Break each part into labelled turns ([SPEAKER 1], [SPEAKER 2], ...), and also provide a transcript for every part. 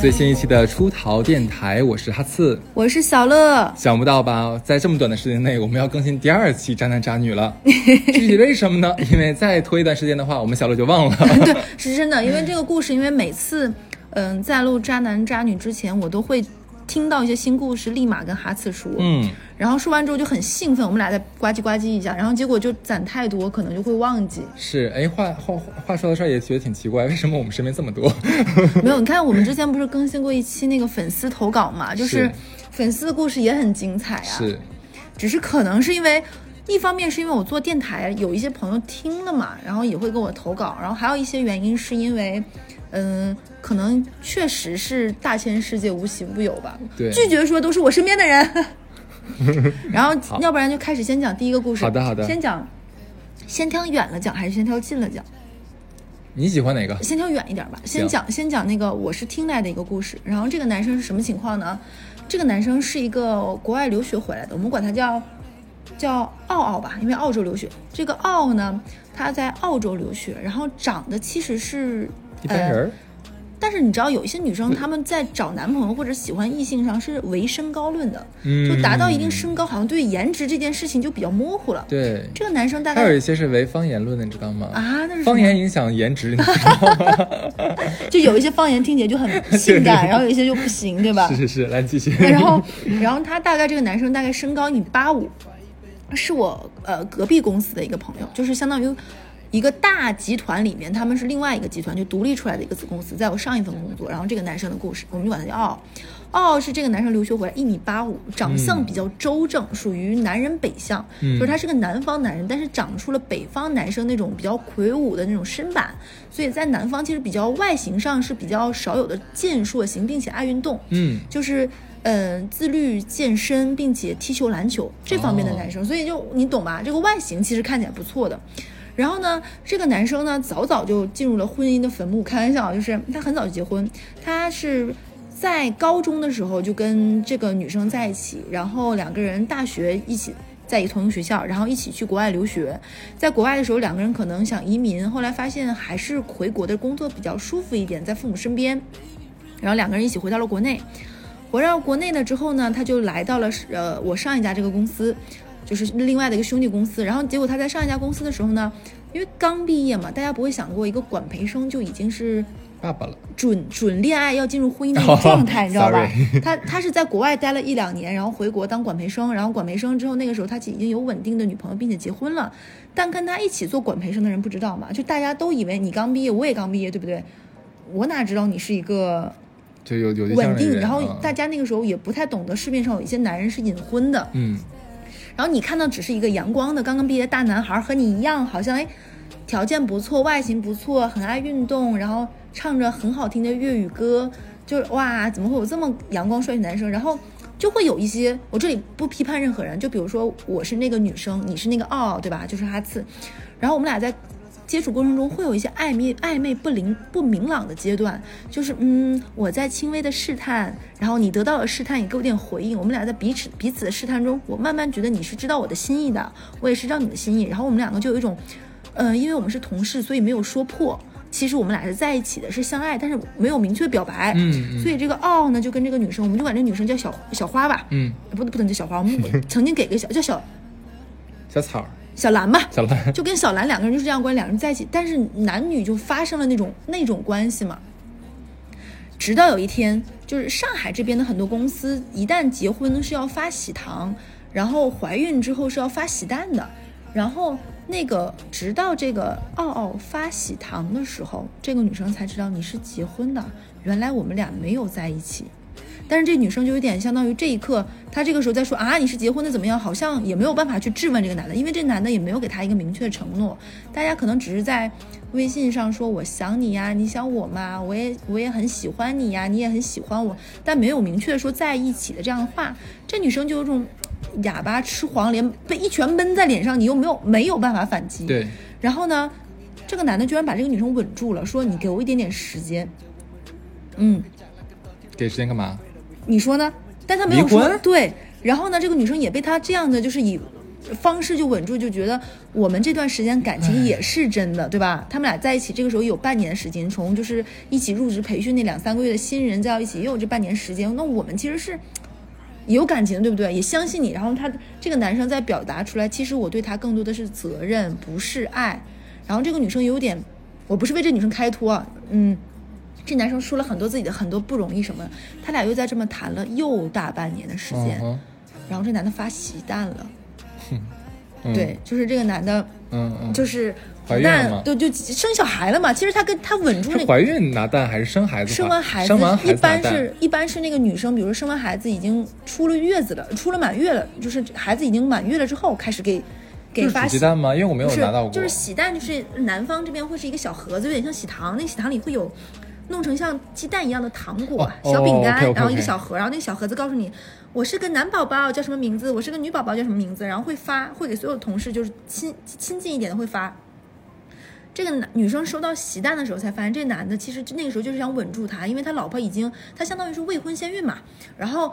[SPEAKER 1] 最新一期的出逃电台，我是哈刺。
[SPEAKER 2] 我是小乐，
[SPEAKER 1] 想不到吧，在这么短的时间内，我们要更新第二期《渣男渣女》了。具体为什么呢？因为再拖一段时间的话，我们小乐就忘了。
[SPEAKER 2] 对，是真的，因为这个故事，因为每次，嗯，在录渣男渣女之前，我都会听到一些新故事，立马跟哈次说，
[SPEAKER 1] 嗯，
[SPEAKER 2] 然后说完之后就很兴奋，我们俩再呱唧呱唧一下，然后结果就攒太多，可能就会忘 记。
[SPEAKER 1] 是。哎，话话话说到这儿也觉得挺奇怪，为什么我们身边这么多？
[SPEAKER 2] 没有，你看我们之前不是更新过一期那个粉丝投稿嘛，就是
[SPEAKER 1] 是
[SPEAKER 2] 粉丝的故事也很精彩啊，
[SPEAKER 1] 是，
[SPEAKER 2] 只是可能是因为。一方面是因为我做电台，有一些朋友听了嘛，然后也会给我投稿，然后还有一些原因是因为，嗯，可能确实是大千世界无奇不有吧，
[SPEAKER 1] 对
[SPEAKER 2] 拒绝说都是我身边 的人，然后要不然就开始先讲第一个故事，
[SPEAKER 1] 好的好的
[SPEAKER 2] 先讲，先挑远了讲还是先挑近了讲？
[SPEAKER 1] 你喜欢哪个？
[SPEAKER 2] 先挑远一点吧，先
[SPEAKER 1] 行
[SPEAKER 2] 讲先讲那个我是听来的一个故事。然后这个男生是什么情况呢？这个男生是一个国外留学回来的，我们管他叫叫奥奥吧，因为澳洲留学。这个奥呢，他在澳洲留学，然后长得其实是
[SPEAKER 1] 一般人
[SPEAKER 2] 呃。
[SPEAKER 1] 儿、
[SPEAKER 2] 但是你知道，有一些女生她们在找男朋友或者喜欢异性上是唯身高论的，
[SPEAKER 1] 嗯
[SPEAKER 2] 就达到一定身高，好像对颜值这件事情就比较模糊了。
[SPEAKER 1] 对。
[SPEAKER 2] 这个男生大
[SPEAKER 1] 还有
[SPEAKER 2] 概
[SPEAKER 1] 一些是为方言论的，你知道吗？
[SPEAKER 2] 啊那是什么
[SPEAKER 1] 方言影响颜值，你知道吗？
[SPEAKER 2] 就有一些方言听起来就很性 感，然后有一些就不行，对吧？
[SPEAKER 1] 是是是，来继续。
[SPEAKER 2] 对然后，然后他大概这个男生大概身高一米八五，是我呃隔壁公司的一个朋友，就是相当于一个大集团里面，他们是另外一个集团就独立出来的一个子公司，在我上一份工作。然后这个男生的故事，我们就管他叫奥奥，奥是这个男生留学回来一米八五，长相比较周正，属于男人北向，
[SPEAKER 1] 嗯
[SPEAKER 2] 就是他是个南方男人，但是长出了北方男生那种比较魁梧的那种身板，所以在南方其实比较外形上是比较少有的健硕型，并且爱运动。
[SPEAKER 1] 嗯，
[SPEAKER 2] 就是嗯、呃自律健身，并且踢球篮球这方面的男生，所以就你懂吧？这个外形其实看起来不错的。然后呢，这个男生呢，早早就进入了婚姻的坟墓。开玩笑，啊就是他很早就结婚，他是在高中的时候就跟这个女生在一起，然后两个人大学一起在一个同一个学校，然后一起去国外留学。在国外的时候，两个人可能想移民，后来发现还是回国的工作比较舒服一点，在父母身边，然后两个人一起回到了国内。回到国内呢之后呢，他就来到了呃我上一家这个公司，就是另外的一个兄弟公司。然后结果他在上一家公司的时候呢，因为刚毕业嘛，大家不会想过一个管培生就已经是
[SPEAKER 1] 爸爸了，
[SPEAKER 2] 准准恋爱要进入婚姻的一个状
[SPEAKER 1] 哦
[SPEAKER 2] 态，你知道吧
[SPEAKER 1] sorry？
[SPEAKER 2] 他他是在国外待了一两年，然后回国当管培生，然后管培生之后，那个时候他已经有稳定的女朋友，并且结婚了。但跟他一起做管培生的人不知道嘛，就大家都以为你刚毕业，我也刚毕业，对不对？我哪知道你是一个
[SPEAKER 1] 就有有对象
[SPEAKER 2] 稳
[SPEAKER 1] 的人
[SPEAKER 2] 定，然后
[SPEAKER 1] 啊
[SPEAKER 2] 大家那个时候也不太懂得市面上有一些男人是隐婚的，
[SPEAKER 1] 嗯，
[SPEAKER 2] 然后你看到只是一个阳光的刚刚毕业的大男孩，和你一样，好像哎，条件不错，外形不错，很爱运动，然后唱着很好听的粤语歌，就是哇，怎么会有这么阳光帅气的男生？然后就会有一些，我这里不批判任何人，就比如说我是那个女生，你是那个奥奥，对吧？就是哈次，然后我们俩在。接触过程中会有一些暧昧、暧昧不灵、不明朗的阶段，就是嗯，我在轻微的试探，然后你得到了试探，也给我点回应。我们俩在彼此彼此的试探中，我慢慢觉得你是知道我的心意的，我也是知道你的心意。然后我们两个就有一种，呃，因为我们是同事，所以没有说破。其实我们俩是在一起的，是相爱，但是没有明确表白。
[SPEAKER 1] 嗯嗯
[SPEAKER 2] 所以这个奥呢，就跟这个女生，我们就管这女生叫小小花吧。
[SPEAKER 1] 嗯，
[SPEAKER 2] 不不能叫小花，我们曾经给个小叫小
[SPEAKER 1] 小草儿，
[SPEAKER 2] 小兰吧。
[SPEAKER 1] 小兰，
[SPEAKER 2] 就跟小兰两个人就是这样的关系，两个人在一起，但是男女就发生了那种那种关系嘛。直到有一天，就是上海这边的很多公司，一旦结婚是要发喜糖，然后怀孕之后是要发喜蛋的，然后那个直到这个奥奥发喜糖的时候，这个女生才知道你是结婚的，原来我们俩没有在一起。但是这女生就有点相当于这一刻，她这个时候在说啊，你是结婚的怎么样？好像也没有办法去质问这个男的，因为这男的也没有给她一个明确的承诺，大家可能只是在微信上说我想你呀，你想我吗？我也我也很喜欢你啊呀，你也很喜欢我，但没有明确说在一起的这样的话，这女生就有种哑巴吃黄连，被一拳闷在脸上，你又没有没有办法反击。
[SPEAKER 1] 对，
[SPEAKER 2] 然后呢，这个男的居然把这个女生稳住了，说你给我一点点时间，嗯，
[SPEAKER 1] 给时间干嘛？
[SPEAKER 2] 你说呢？但他没有说
[SPEAKER 1] 离婚
[SPEAKER 2] 对。然后呢，这个女生也被他这样的就是以方式就稳住，就觉得我们这段时间感情也是真
[SPEAKER 1] 嗯
[SPEAKER 2] 的，对吧？他们俩在一起这个时候有半年时间，从就是一起入职培训那两三个月的新人再到一起，也有这半年时间。那我们其实是也有感情，对不对？也相信你。然后他这个男生在表达出来，其实我对他更多的是责任，不是爱。然后这个女生有点，我不是为这女生开脱啊，嗯。这男生说了很多自己的很多不容易什么，他俩又在这么谈了又大半年的时间，
[SPEAKER 1] 嗯
[SPEAKER 2] 然后这男的发喜蛋了，
[SPEAKER 1] 嗯
[SPEAKER 2] 对，就是这个男的，
[SPEAKER 1] 嗯嗯，
[SPEAKER 2] 就是
[SPEAKER 1] 怀
[SPEAKER 2] 不
[SPEAKER 1] 孕了吗
[SPEAKER 2] 但对就生小孩了嘛。其实他跟他稳住
[SPEAKER 1] 是
[SPEAKER 2] 那
[SPEAKER 1] 怀孕拿蛋还是生孩子拿？
[SPEAKER 2] 生完孩子，
[SPEAKER 1] 生完孩
[SPEAKER 2] 一
[SPEAKER 1] 子拿
[SPEAKER 2] 般
[SPEAKER 1] 蛋。
[SPEAKER 2] 是一般是那个女生，比如说生完孩子已经出了月子了，出了满月了，就是孩子已经满月了之后开始给给
[SPEAKER 1] 是
[SPEAKER 2] 发
[SPEAKER 1] 煮鸡
[SPEAKER 2] 喜
[SPEAKER 1] 蛋吗？因为我没
[SPEAKER 2] 不
[SPEAKER 1] 有
[SPEAKER 2] 是
[SPEAKER 1] 拿到过。
[SPEAKER 2] 就是喜蛋，就是南方这边会是一个小盒子，有点像喜糖，那个喜糖里会有弄成像鸡蛋一样的糖果、
[SPEAKER 1] 哦
[SPEAKER 2] 小饼干，
[SPEAKER 1] 哦，OK，OK，OK
[SPEAKER 2] 然后一个小盒，然后那个小盒子告诉你。我是个男宝宝叫什么名字，我是个女宝宝叫什么名字，然后会发，会给所有同事就是亲亲近一点的会发。这个男女生收到喜蛋的时候，才发现这男的其实那个时候就是想稳住她，因为他老婆已经他相当于是未婚先孕嘛，然后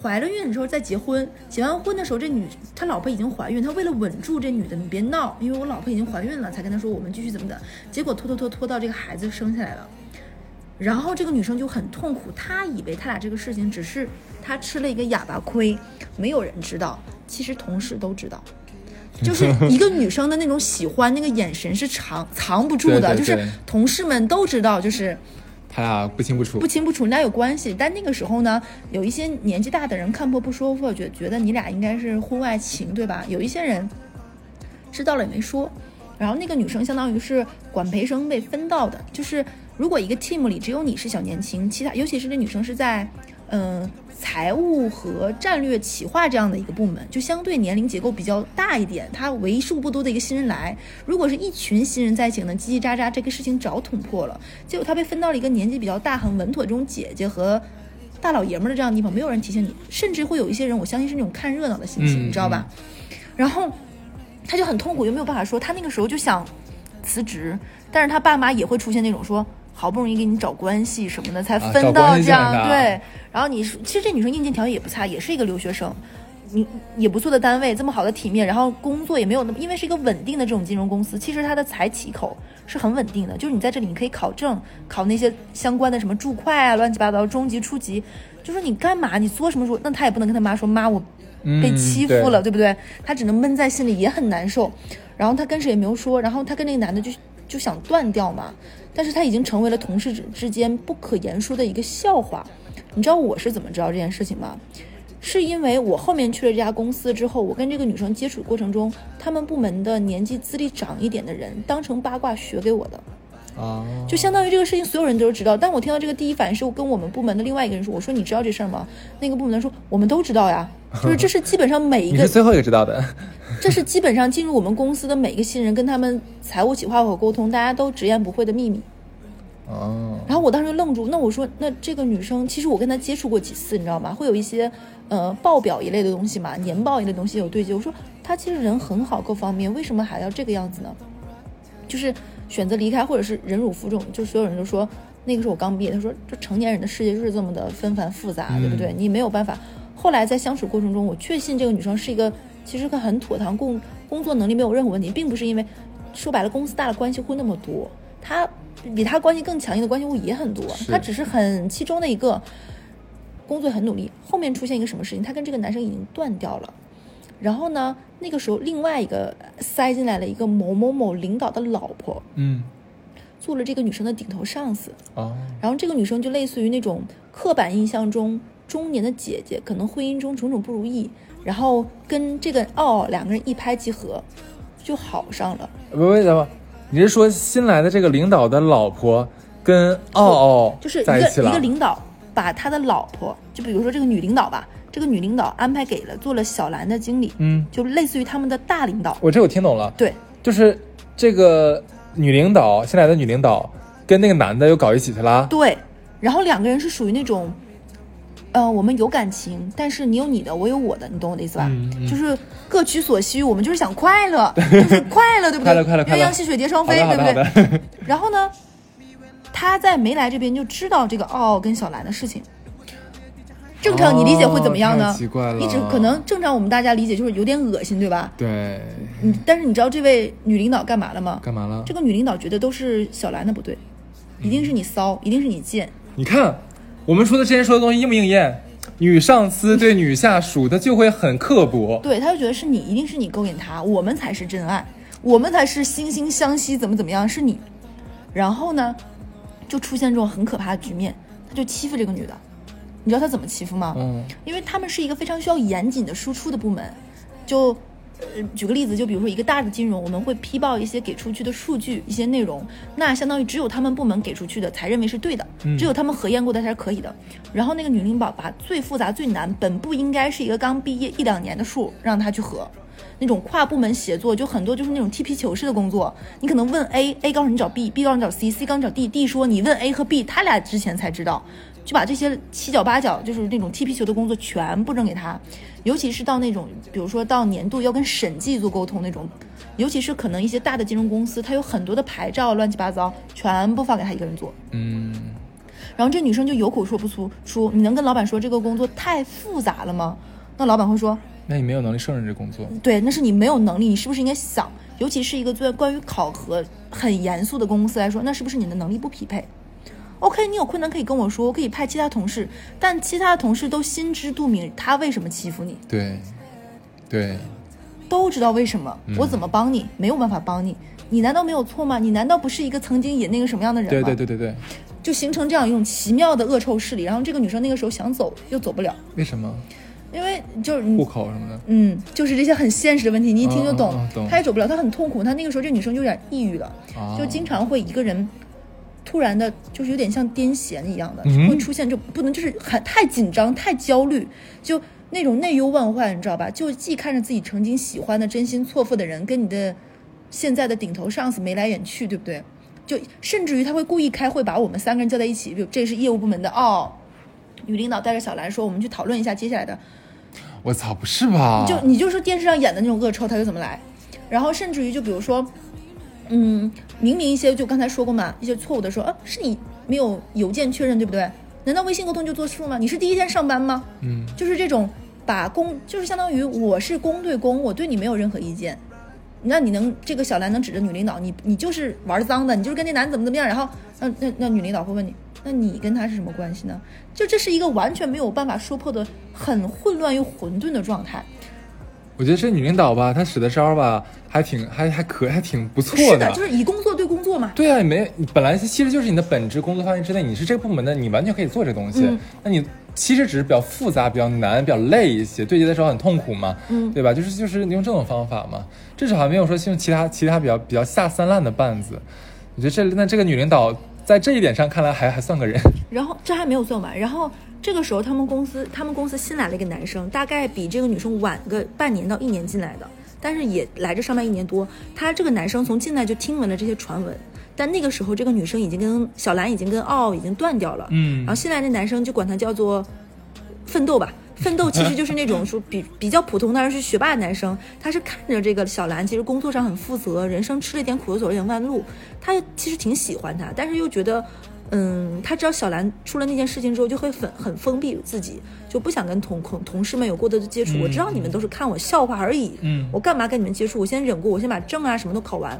[SPEAKER 2] 怀了孕的时候再结婚，结完婚的时候这女他老婆已经怀孕，他为了稳住这女的，你别闹，因为我老婆已经怀孕了，才跟他说我们继续怎么的，结果拖拖拖拖到这个孩子生下来了。然后这个女生就很痛苦，她以为他俩这个事情只是她吃了一个哑巴亏，没有人知道，其实同事都知道。就是一个女生的那种喜欢，那个眼神是藏藏不住的，
[SPEAKER 1] 对对
[SPEAKER 2] 就是
[SPEAKER 1] 对
[SPEAKER 2] 同事们都知道，就是
[SPEAKER 1] 他俩不清不楚
[SPEAKER 2] 不。清不楚，你俩有关系。但那个时候呢，有一些年纪大的人看破不说破，觉觉得你俩应该是婚外情，对吧？有一些人知道了也没说。然后那个女生相当于是管培生被分到的，就是如果一个 team 里只有你是小年轻，其他尤其是这女生是在嗯、呃财务和战略企划这样的一个部门，就相对年龄结构比较大一点，她为数不多的一个新人来。如果是一群新人在一起呢，叽叽喳喳，这个事情早捅破了。结果她被分到了一个年纪比较大、很稳妥这种姐姐和。大老爷们儿的这样的地方，没有人提醒你，甚至会有一些人，我相信是那种看热闹的心情，
[SPEAKER 1] 嗯
[SPEAKER 2] 你知道吧？然后他就很痛苦，又没有办法说。他那个时候就想辞职，但是他爸妈也会出现那种说，好不容易给你找关系什么的，才
[SPEAKER 1] 啊
[SPEAKER 2] 分
[SPEAKER 1] 找
[SPEAKER 2] 到
[SPEAKER 1] 关系
[SPEAKER 2] 这样、
[SPEAKER 1] 干啥
[SPEAKER 2] 对。然后你说其实这女生硬件条件也不差，也是一个留学生，你也不错的单位，这么好的体面，然后工作也没有那么，因为是一个稳定的这种金融公司，其实它的财起口是很稳定的，就是你在这里你可以考证，考那些相关的什么注会啊，乱七八糟，中级、初级，就说你干嘛，你做什么时候，那他也不能跟他妈说，妈我被
[SPEAKER 1] 嗯
[SPEAKER 2] 欺
[SPEAKER 1] 对
[SPEAKER 2] 负了，对不对？他只能闷在心里，也很难受。然后他跟谁也没有说，然后他跟那个男的就就想断掉嘛，但是他已经成为了同事之之间不可言说的一个笑话。你知道我是怎么知道这件事情吗？是因为我后面去了这家公司之后，我跟这个女生接触过程中，他们部门的年纪资历长一点的人当成八卦学给我的。
[SPEAKER 1] 啊，
[SPEAKER 2] 就相当于这个事情所有人都知道。但我听到这个第一反应是我跟我们部门的另外一个人说，我说你知道这事儿吗？那个部门的说我们都知道呀，就是这是基本上每一
[SPEAKER 1] 你
[SPEAKER 2] 个
[SPEAKER 1] 是最后一个知道的。
[SPEAKER 2] 这是基本上进入我们公司的每一个新人跟他们财务企划和沟通，大家都直言不讳的秘密。
[SPEAKER 1] 哦，
[SPEAKER 2] 然后我当时就愣住，那我说，那这个女生其实我跟她接触过几次，你知道吗？会有一些呃报表一类的东西嘛，年报一类的东西有对接。我说她其实人很好，各方面为什么还要这个样子呢？就是选择离开，或者是忍辱负重。就所有人都说那个时候我刚毕业，他说这成年人的世界就是这么的纷繁复杂，对不对？你没有办法。后来在相处过程中，我确信这个女生是一个其实个很妥当工工作能力没有任何问题，并不是因为说白了公司大的关系户那么多，她比她关系更强硬的关系户也很多，
[SPEAKER 1] 是
[SPEAKER 2] 她只是很其中的一个。工作很努力，后面出现一个什么事情，她跟这个男生已经断掉了。然后呢，那个时候另外一个塞进来了一个某某某领导的老婆，
[SPEAKER 1] 嗯，
[SPEAKER 2] 做了这个女生的顶头上司。
[SPEAKER 1] 哦，
[SPEAKER 2] 然后这个女生就类似于那种刻板印象中中年的姐姐，可能婚姻中种种不如意，然后跟这个哦两个人一拍即合，就好上了。
[SPEAKER 1] 不不，等会儿你是说新来的这个领导的老婆跟奥奥
[SPEAKER 2] 就是哦一
[SPEAKER 1] 在
[SPEAKER 2] 个
[SPEAKER 1] 一起
[SPEAKER 2] 一
[SPEAKER 1] 了
[SPEAKER 2] 个？领导把他的老婆，就比如说这个女领导吧，这个女领导安排给了做了小兰的经理，
[SPEAKER 1] 嗯，
[SPEAKER 2] 就类似于他们的大领导。
[SPEAKER 1] 我这我听懂了，
[SPEAKER 2] 对，
[SPEAKER 1] 就是这个女领导新来的女领导跟那个男的又搞一起去了。
[SPEAKER 2] 对，然后两个人是属于那种，呃，我们有感情，但是你有你的，我有我的，你懂我的意思吧？
[SPEAKER 1] 嗯嗯
[SPEAKER 2] 就是各取所需，我们就是想快乐， 就是快乐，对不对？
[SPEAKER 1] 快乐快乐快乐
[SPEAKER 2] 鸳鸯戏水，蝶双
[SPEAKER 1] 好
[SPEAKER 2] 飞，
[SPEAKER 1] 的好的
[SPEAKER 2] 对不
[SPEAKER 1] 好
[SPEAKER 2] 对？
[SPEAKER 1] 的，
[SPEAKER 2] 然后呢，他在没来这边就知道这个奥奥跟小兰的事情，正常你理解会怎么样呢？
[SPEAKER 1] 哦太奇怪了
[SPEAKER 2] 一直可能正常我们大家理解就是有点恶心，对吧？
[SPEAKER 1] 对，
[SPEAKER 2] 嗯，但是你知道这位女领导干嘛了吗？
[SPEAKER 1] 干嘛了
[SPEAKER 2] 这？个女领导觉得都是小兰的不对，一定是你骚，一定是你贱。
[SPEAKER 1] 你看，我们说的之前说的东西应不应验？女上司对女下属，她就会很刻薄。
[SPEAKER 2] 对，她就觉得是你，一定是你勾引他，我们才是真爱，我们才是惺惺相惜，怎么怎么样，是你。然后呢，就出现这种很可怕的局面，他就欺负这个女的。你知道他怎么欺负吗？
[SPEAKER 1] 嗯
[SPEAKER 2] 因为他们是一个非常需要严谨的输出的部门，就。呃，举个例子，就比如说一个大的金融，我们会批报一些给出去的数据、一些内容，那相当于只有他们部门给出去的才认为是对的，
[SPEAKER 1] 嗯
[SPEAKER 2] 只有他们核验过的才是可以的。然后那个女领导把最复杂、最难，本不应该是一个刚毕业一两年的数，让她去核，那种跨部门协作，就很多就是那种踢皮球式的工作。你可能问 A，A 告诉你找 B，B 告诉你找 C，C 告诉你找 D，D 说你问 A 和 B，他俩之前才知道，就把这些七角八角就是那种踢皮球的工作全部扔给他。尤其是到那种，比如说到年度要跟审计做沟通那种，尤其是可能一些大的金融公司，它有很多的牌照乱七八糟，全部放给他一个人做。
[SPEAKER 1] 嗯，
[SPEAKER 2] 然后这女生就有口说不出，说你能跟老板说这个工作太复杂了吗？那老板会说，
[SPEAKER 1] 那你没有能力胜任这工作。
[SPEAKER 2] 对，那是你没有能力，你是不是应该想，尤其是一个做关于考核很严肃的公司来说，那是不是你的能力不匹配？OK，你有困难可以跟我说，我可以派其他同事，但其他同事都心知肚明他为什么欺负你，
[SPEAKER 1] 对，对，
[SPEAKER 2] 都知道为什么，
[SPEAKER 1] 嗯
[SPEAKER 2] 我怎么帮你，没有办法帮你，你难道没有错吗？你难道不是一个曾经也那个什么样的人
[SPEAKER 1] 对
[SPEAKER 2] 吗？
[SPEAKER 1] 对对对对。
[SPEAKER 2] 就形成这样一种奇妙的恶臭势力。然后这个女生那个时候想走又走不了，
[SPEAKER 1] 为什么
[SPEAKER 2] 因为就是你
[SPEAKER 1] 户口什么的？
[SPEAKER 2] 嗯，就是这些很现实的问题，你一听就懂。
[SPEAKER 1] 嗯嗯嗯懂
[SPEAKER 2] 她也走不了，她很痛苦。她那个时候这女生就有点抑郁了，
[SPEAKER 1] 啊
[SPEAKER 2] 就经常会一个人突然的，就是有点像癫痫一样的，
[SPEAKER 1] 嗯
[SPEAKER 2] 会出现就不能就是很太紧张、太焦虑，就那种内忧外患，你知道吧？就既看着自己曾经喜欢的、真心错付的人，跟你的现在的顶头上司眉来眼去，对不对？就甚至于他会故意开会把我们三个人叫在一起，比如这是业务部门的哦，女领导带着小兰说，我们去讨论一下接下来的。
[SPEAKER 1] 我操，不是吧？
[SPEAKER 2] 就你就说电视上演的那种恶臭，它就怎么来。然后甚至于就比如说，嗯，明明一些就刚才说过嘛，一些错误的说，啊，是你没有邮件确认，对不对？难道微信沟通就作数吗？你是第一天上班吗？
[SPEAKER 1] 嗯，
[SPEAKER 2] 就是这种把公，就是相当于我是公对公，我对你没有任何意见。那你能这个小兰能指着女领导，你你就是玩脏的，你就是跟那男的怎么怎么样，然后那那那女领导会问你，那你跟他是什么关系呢？就这是一个完全没有办法说破的很混乱又混沌的状态。
[SPEAKER 1] 我觉得这女领导吧，她使的招吧，还挺还还可还挺不错
[SPEAKER 2] 是的，就是以工作对工作嘛。
[SPEAKER 1] 对啊，你没你本来其实就是你的本职工作范围之内，你是这个部门的，你完全可以做这东西。
[SPEAKER 2] 嗯
[SPEAKER 1] 那你其实只是比较复杂、比较难、比较累一些，对接的时候很痛苦嘛，
[SPEAKER 2] 嗯
[SPEAKER 1] 对吧？就是就是你用这种方法嘛，至少还没有说用其他其他比较比较下三滥的绊子。我觉得这那这个女领导在这一点上看来还还算个人，
[SPEAKER 2] 然后这还没有算完，然后这个时候他们公司他们公司新来了一个男生，大概比这个女生晚个半年到一年进来的，但是也来这上班一年多。他这个男生从进来就听闻了这些传闻，但那个时候这个女生已经跟小兰已经跟奥奥已经断掉了，
[SPEAKER 1] 嗯
[SPEAKER 2] 然后新来那男生就管他叫做奋斗吧。奋斗其实就是那种说比比较普通，但是是学霸的男生，他是看着这个小兰，其实工作上很负责，人生吃了一点苦，又走了一点弯路，他其实挺喜欢她，但是又觉得，嗯，他知道小兰出了那件事情之后，就会很很封闭自己，就不想跟同同同事们有过多的接触。
[SPEAKER 1] 嗯
[SPEAKER 2] 我知道你们都是看我笑话而已，
[SPEAKER 1] 嗯
[SPEAKER 2] 我干嘛跟你们接触？我先忍过，我先把证啊什么都考完。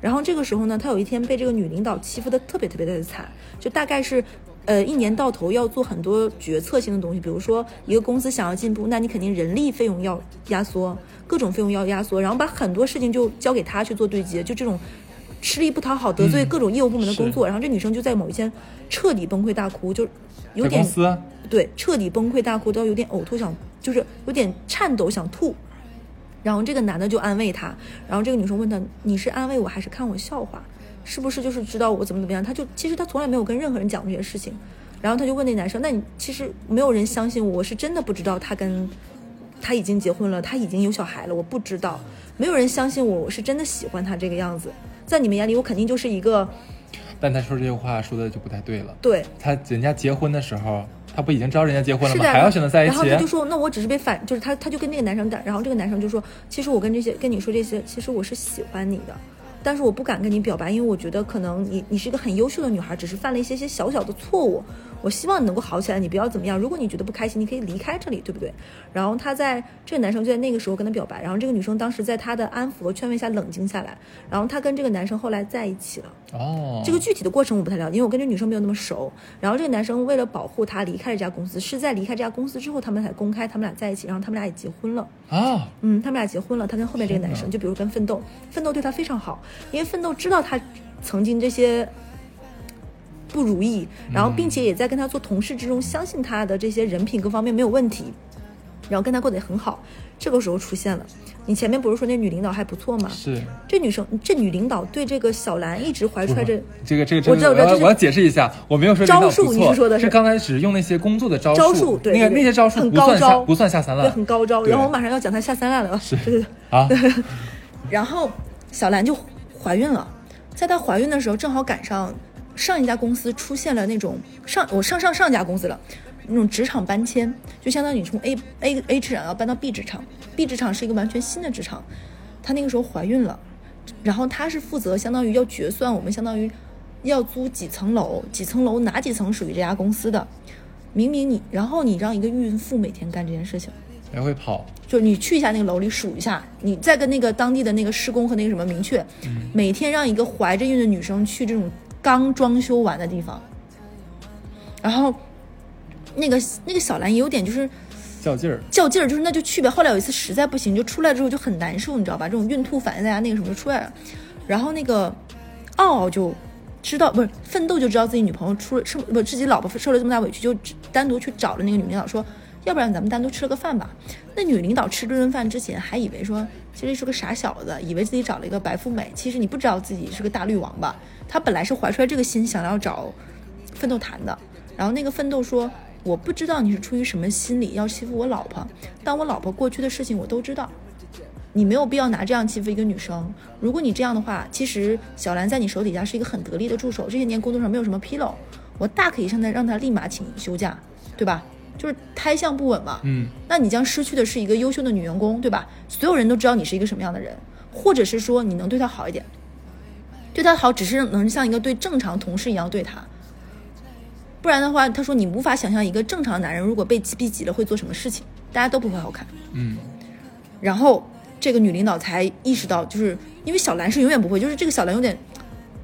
[SPEAKER 2] 然后这个时候呢，他有一天被这个女领导欺负的特别特别的惨，就大概是。呃，一年到头要做很多决策性的东西，比如说一个公司想要进步，那你肯定人力费用要压缩，各种费用要压缩，然后把很多事情就交给他去做对接，就这种吃力不讨好，得
[SPEAKER 1] 嗯
[SPEAKER 2] 罪各种业务部门的工作。然后这女生就在某一天彻底崩溃大哭，就有
[SPEAKER 1] 在
[SPEAKER 2] 点
[SPEAKER 1] 公司
[SPEAKER 2] 对，彻底崩溃大哭，到有点呕吐，想就是有点颤抖，想吐。然后这个男的就安慰她，然后这个女生问他：“你是安慰我还是看我笑话？是不是就是知道我怎么怎么样？”他就其实他从来没有跟任何人讲这些事情，然后他就问那男生：“那你其实没有人相信我，我是真的不知道他跟他已经结婚了，他已经有小孩了，我不知道，没有人相信我，我是真的喜欢他这个样子，在你们眼里我肯定就是一个
[SPEAKER 1] 但她说这些话说的就不太对了。
[SPEAKER 2] 对。”
[SPEAKER 1] 她人家结婚的时候，她不已经知道人家结婚了
[SPEAKER 2] 是
[SPEAKER 1] 吗？
[SPEAKER 2] 的，
[SPEAKER 1] 还要选择在一
[SPEAKER 2] 然后他就
[SPEAKER 1] 起？
[SPEAKER 2] 说，那我只是被反，就是他他就跟那个男生打，然后这个男生就说，其实我跟这些跟你说这些，其实我是喜欢你的，但是我不敢跟你表白，因为我觉得可能你你是一个很优秀的女孩，只是犯了一些些小小的错误，我希望你能够好起来，你不要怎么样。如果你觉得不开心，你可以离开这里，对不对？然后他在这个男生就在那个时候跟他表白，然后这个女生当时在他的安抚和劝慰下冷静下来，然后他跟这个男生后来在一起了。
[SPEAKER 1] 哦，
[SPEAKER 2] 这个具体的过程我不太了解，因为我跟这女生没有那么熟。然后这个男生为了保护她离开这家公司，是在离开这家公司之后，他们才公开他们俩在一起，然后他们俩也结婚了。
[SPEAKER 1] 啊，
[SPEAKER 2] 嗯，他们俩结婚了，他跟后面这个男
[SPEAKER 1] 天
[SPEAKER 2] 生，就比如跟奋斗，奋斗对他非常好，因为奋斗知道他曾经这些不如意，然后并且也在跟他做同事之中，相信他的这些人品各方面没有问题，然后跟他过得也很好。这个时候出现了，你前面不是说那女领导还不错吗？
[SPEAKER 1] 是。
[SPEAKER 2] 这女生，这女领导对这个小兰一直怀揣着。
[SPEAKER 1] 这个这个
[SPEAKER 2] 我
[SPEAKER 1] 真
[SPEAKER 2] 知
[SPEAKER 1] 的，我要
[SPEAKER 2] 道我知道就是
[SPEAKER 1] 我要解释一下，我没有说领导
[SPEAKER 2] 招数
[SPEAKER 1] 不
[SPEAKER 2] 你
[SPEAKER 1] 错
[SPEAKER 2] 是说的是
[SPEAKER 1] 是刚开始用那些工作的招
[SPEAKER 2] 招数对
[SPEAKER 1] 那个
[SPEAKER 2] 对对
[SPEAKER 1] 那些招数
[SPEAKER 2] 很
[SPEAKER 1] 不算
[SPEAKER 2] 高
[SPEAKER 1] 下
[SPEAKER 2] 招
[SPEAKER 1] 不算下三
[SPEAKER 2] 对，
[SPEAKER 1] 滥
[SPEAKER 2] 很高招。
[SPEAKER 1] 对
[SPEAKER 2] 然后我马上要讲她下三滥了， 对对对。
[SPEAKER 1] 啊，
[SPEAKER 2] 然后小兰就怀孕了，在她怀孕的时候，正好赶上上一家公司出现了那种上我上上上家公司了，那种职场搬迁，就相当于你从 A A A 职场要搬到 B 职场，B 职场是一个完全新的职场。她那个时候怀孕了，然后她是负责相当于要决算我们相当于要租几层楼，几层楼哪几层属于这家公司的。明明你，然后你让一个孕妇每天干这件事情，
[SPEAKER 1] 来回跑，
[SPEAKER 2] 就是你去一下那个楼里数一下，你再跟那个当地的那个施工和那个什么明确，每天让一个怀着孕的女生去这种刚装修完的地方，然后那个那个小兰也有点就是
[SPEAKER 1] 较劲儿，
[SPEAKER 2] 较劲儿，就是那就去呗。后来有一次实在不行，就出来之后就很难受，你知道吧？这种孕吐反应大家那个什么就出来了。然后那个傲傲就知道不是奋斗就知道自己女朋友出了受不自己老婆受了这么大委屈，就只单独去找了那个女领导说，要不然咱们单独吃了个饭吧。那女领导吃这顿饭之前还以为说其实是个傻小子，以为自己找了一个白富美，其实你不知道自己是个大绿王八。她本来是怀揣这个心想要找奋斗谈的，然后那个奋斗说。我不知道你是出于什么心理要欺负我老婆，但我老婆过去的事情我都知道，你没有必要拿这样欺负一个女生。如果你这样的话，其实小兰在你手底下是一个很得力的助手，这些年工作上没有什么纰漏，我大可以现在让她立马请休假，对吧？就是胎象不稳嘛，
[SPEAKER 1] 嗯，
[SPEAKER 2] 那你将失去的是一个优秀的女员工，对吧？所有人都知道你是一个什么样的人，或者是说你能对她好一点，对她好只是能像一个对正常同事一样对她，不然的话，他说你无法想象一个正常男人如果被逼急了会做什么事情，大家都不会好看。
[SPEAKER 1] 嗯，
[SPEAKER 2] 然后这个女领导才意识到，就是因为小兰是永远不会，就是这个小兰有点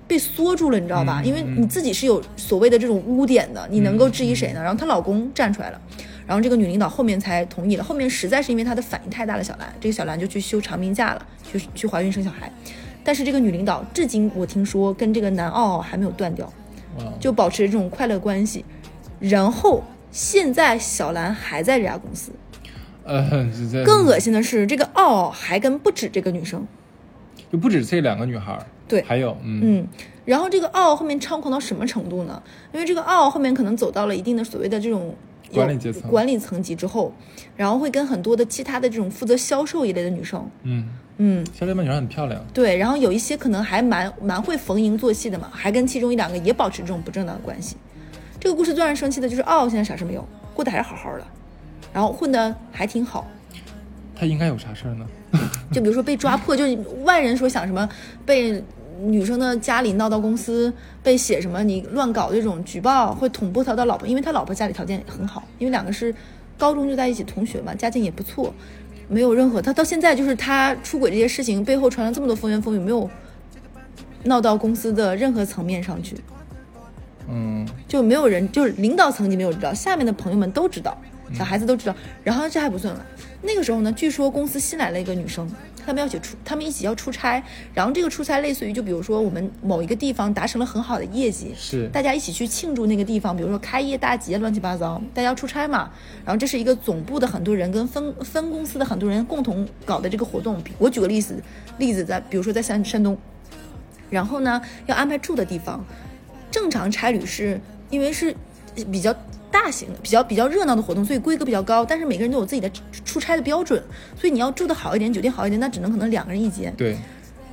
[SPEAKER 2] 被缩住了，你知道吧？
[SPEAKER 1] 嗯
[SPEAKER 2] 因为你自己是有所谓的这种污点的，你能够质疑谁
[SPEAKER 1] 嗯
[SPEAKER 2] 呢？然后她老公站出来了，然后这个女领导后面才同意了。后面实在是因为她的反应太大了，小兰这个小兰就去休长病假了，去去怀孕生小孩。但是这个女领导至今我听说跟这个男奥奥还没有断掉，
[SPEAKER 1] 哇，
[SPEAKER 2] 就保持这种快乐关系。然后现在小兰还在这家公司，
[SPEAKER 1] 呃，这这
[SPEAKER 2] 更恶心的是，这个奥奥还跟不止这个女生，
[SPEAKER 1] 就不止这两个女孩儿，
[SPEAKER 2] 对
[SPEAKER 1] 还有嗯
[SPEAKER 2] 嗯，然后这个奥奥后面猖狂到什么程度呢？因为这个奥奥后面可能走到了一定的所谓的这种有
[SPEAKER 1] 管理阶层
[SPEAKER 2] 管理层级之后，然后会跟很多的其他的这种负责销售一类的女生，
[SPEAKER 1] 嗯，
[SPEAKER 2] 嗯，
[SPEAKER 1] 肖丽曼女孩很漂亮，
[SPEAKER 2] 对，然后有一些可能还蛮蛮会逢迎做戏的嘛，还跟其中一两个也保持这种不正当的关系。这个故事最让人生气的就是哦奥奥现在啥事没有，过得还是好好的，然后混得还挺好，
[SPEAKER 1] 她应该有啥事儿呢？
[SPEAKER 2] 就比如说被抓破，就是外人说想什么被女生的家里闹到公司，被写什么你乱搞这种举报，会捅破他的老婆，因为他老婆家里条件很好，因为两个是高中就在一起同学嘛，家境也不错，没有任何他到现在就是他出轨这些事情背后传了这么多风言风语，没有闹到公司的任何层面上去，
[SPEAKER 1] 嗯，
[SPEAKER 2] 就没有人，就是领导层级没有知道，下面的朋友们都知道，小孩子都知道。然后这还不算完，那个时候呢，据说公司新来了一个女生，他们要一起出，他们一起要出差。然后这个出差类似于就比如说我们某一个地方达成了很好的业绩，
[SPEAKER 1] 是
[SPEAKER 2] 大家一起去庆祝那个地方，比如说开业大吉，乱七八糟，大家要出差嘛。然后这是一个总部的很多人跟分分公司的很多人共同搞的这个活动。比我举个例子，例子在比如说在山山东，然后呢要安排住的地方。正常差旅是因为是比较大型的、比较比较热闹的活动，所以规格比较高，但是每个人都有自己的出出差的标准，所以你要住的好一点，酒店好一点，那只能可能两个人一间。
[SPEAKER 1] 对，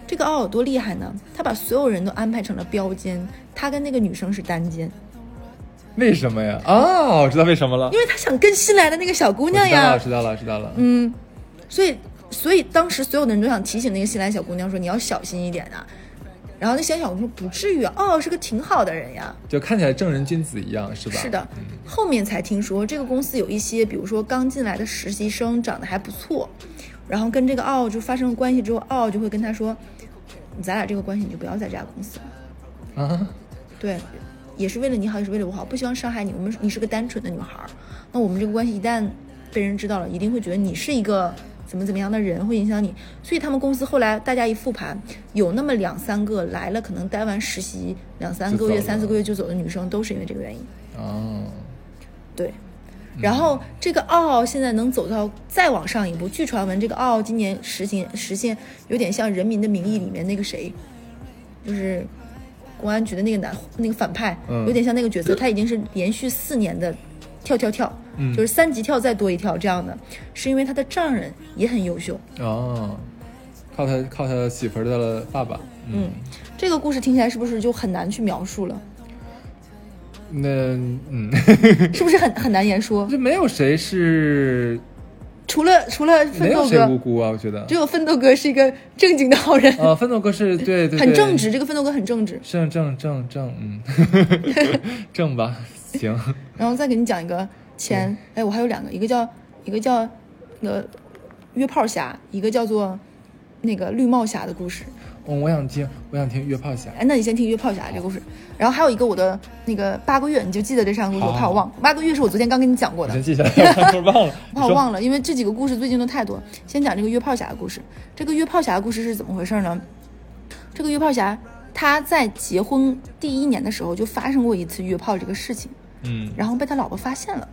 [SPEAKER 2] 这个奥有多厉害呢？他把所有人都安排成了标间，他跟那个女生是单间，
[SPEAKER 1] 为什么呀？啊，我知道为什么了
[SPEAKER 2] 因，为他想跟新来的那个小姑
[SPEAKER 1] 我
[SPEAKER 2] 娘
[SPEAKER 1] 知道
[SPEAKER 2] 呀
[SPEAKER 1] 了，。知道了，知道了，
[SPEAKER 2] 嗯，所以所以当时所有的人都想提醒那个新来小姑娘说，你要小心一点啊。然后那小小红说不至于啊，哦，是个挺好的人呀。
[SPEAKER 1] 就看起来正人君子一样，是吧？嗯
[SPEAKER 2] 是的，后面才听说这个公司有一些，比如说刚进来的实习生长得还不错，然后跟这个奥就发生了关系之后，奥就会跟他说，咱俩这个关系你就不要在这家公司了。
[SPEAKER 1] 啊，
[SPEAKER 2] 对，也是为了你好，也是为了我好，不希望伤害你。我们你是个单纯的女孩儿，那我们这个关系一旦被人知道了，一定会觉得你是一个怎么怎么样的人，会影响你。所以他们公司后来大家一复盘，有那么两三个来了，可能待完实习两三
[SPEAKER 1] 就
[SPEAKER 2] 个
[SPEAKER 1] 走
[SPEAKER 2] 月、
[SPEAKER 1] 了
[SPEAKER 2] 三四个月就走的女生，都是因为这个原因。
[SPEAKER 1] 哦，
[SPEAKER 2] 对。然后这个奥现在能走到再往上一步，据传闻这个奥今年实行实现有点像《人民的名义》里面那个谁，就是公安局的那个男那个反派，
[SPEAKER 1] 嗯
[SPEAKER 2] 有点像那个角色，他已经是连续四年的跳跳跳，
[SPEAKER 1] 嗯
[SPEAKER 2] 就是三级跳再多一跳这样的，是因为他的丈人也很优秀。
[SPEAKER 1] 哦，靠他靠他媳妇儿的爸爸，嗯，
[SPEAKER 2] 这个故事听起来是不是就很难去描述了？
[SPEAKER 1] 那嗯，
[SPEAKER 2] 是不是很很难言说？
[SPEAKER 1] 就没有谁是
[SPEAKER 2] 除了除了
[SPEAKER 1] 没
[SPEAKER 2] 奋
[SPEAKER 1] 有
[SPEAKER 2] 斗
[SPEAKER 1] 谁无
[SPEAKER 2] 哥，
[SPEAKER 1] 辜啊，我觉得
[SPEAKER 2] 只。有奋斗哥是一个正经的好人，
[SPEAKER 1] 呃，奋斗哥是对对对，
[SPEAKER 2] 很正直。这个奋斗哥很正直。
[SPEAKER 1] 正正正正，嗯， 正吧，行，
[SPEAKER 2] 然后再给你讲一个前，哎，我还有两个，一个叫一个叫那个约炮侠，一个叫做那个绿帽侠的故事。
[SPEAKER 1] 嗯，我想听，我想听约炮侠，
[SPEAKER 2] 哎，那你先听约炮侠这个故事，然后还有一个我的那个八个月，你就记得这三个故事，
[SPEAKER 1] 好
[SPEAKER 2] 我怕我忘。八个月是我昨天刚跟你讲过
[SPEAKER 1] 我
[SPEAKER 2] 的
[SPEAKER 1] 先，记下来，我 怕我忘了，
[SPEAKER 2] 我怕我忘了，因为这几个故事最近都太多。先讲这个约炮侠的故事。这个约炮侠的故事是怎么回事呢？这个约炮侠他在结婚第一年的时候就发生过一次约炮这个事情。
[SPEAKER 1] 你说，嗯，
[SPEAKER 2] 然后被他老婆发现了，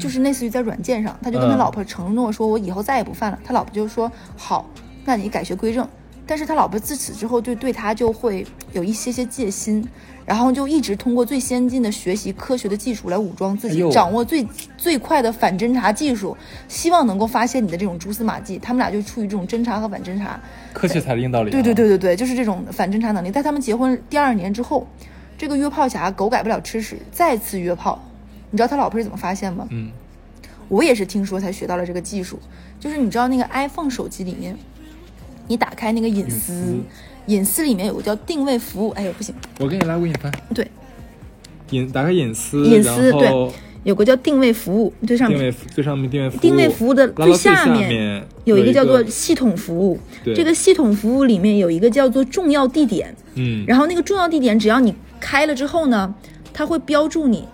[SPEAKER 2] 就是类似于在软件上，他就
[SPEAKER 1] 嗯
[SPEAKER 2] 跟他老婆承诺说：“我以后再也不犯了。”他老婆就说：“好，那你改邪归正。”但是他老婆自此之后就对他就会有一些些戒心，然后就一直通过最先进的学习科学的技术来武装自
[SPEAKER 1] 哎
[SPEAKER 2] 己，
[SPEAKER 1] 呦
[SPEAKER 2] 掌握最最快的反侦查技术，希望能够发现你的这种蛛丝马迹。他们俩就处于这种侦查和反侦查，
[SPEAKER 1] 科学才是硬道理，
[SPEAKER 2] 对对，对对对，就是这种反侦查能力。在他们结婚第二年之后，这个约炮侠狗改不了吃屎，再次约炮。你知道他老婆是怎么发现吗？
[SPEAKER 1] 嗯，
[SPEAKER 2] 我也是听说才学到了这个技术，就是你知道那个 iPhone 手机里面，你打开那个隐私，
[SPEAKER 1] 隐私
[SPEAKER 2] 隐私里面有个叫定位服务，哎呦不行，
[SPEAKER 1] 我给你来，我给你翻，
[SPEAKER 2] 对，
[SPEAKER 1] 隐打开隐私，
[SPEAKER 2] 隐私
[SPEAKER 1] 然后
[SPEAKER 2] 有个叫定位服务，最上
[SPEAKER 1] 定
[SPEAKER 2] 面
[SPEAKER 1] 位最上面定位服务，
[SPEAKER 2] 定位服务的
[SPEAKER 1] 拉到
[SPEAKER 2] 最
[SPEAKER 1] 最
[SPEAKER 2] 下面
[SPEAKER 1] 面
[SPEAKER 2] 有一
[SPEAKER 1] 一
[SPEAKER 2] 个叫做系统服务，
[SPEAKER 1] 对
[SPEAKER 2] 这个系统服务里面有一个叫做重要地点，
[SPEAKER 1] 嗯，
[SPEAKER 2] 然后那个重要地点，只要你开了之后呢，它会标注你。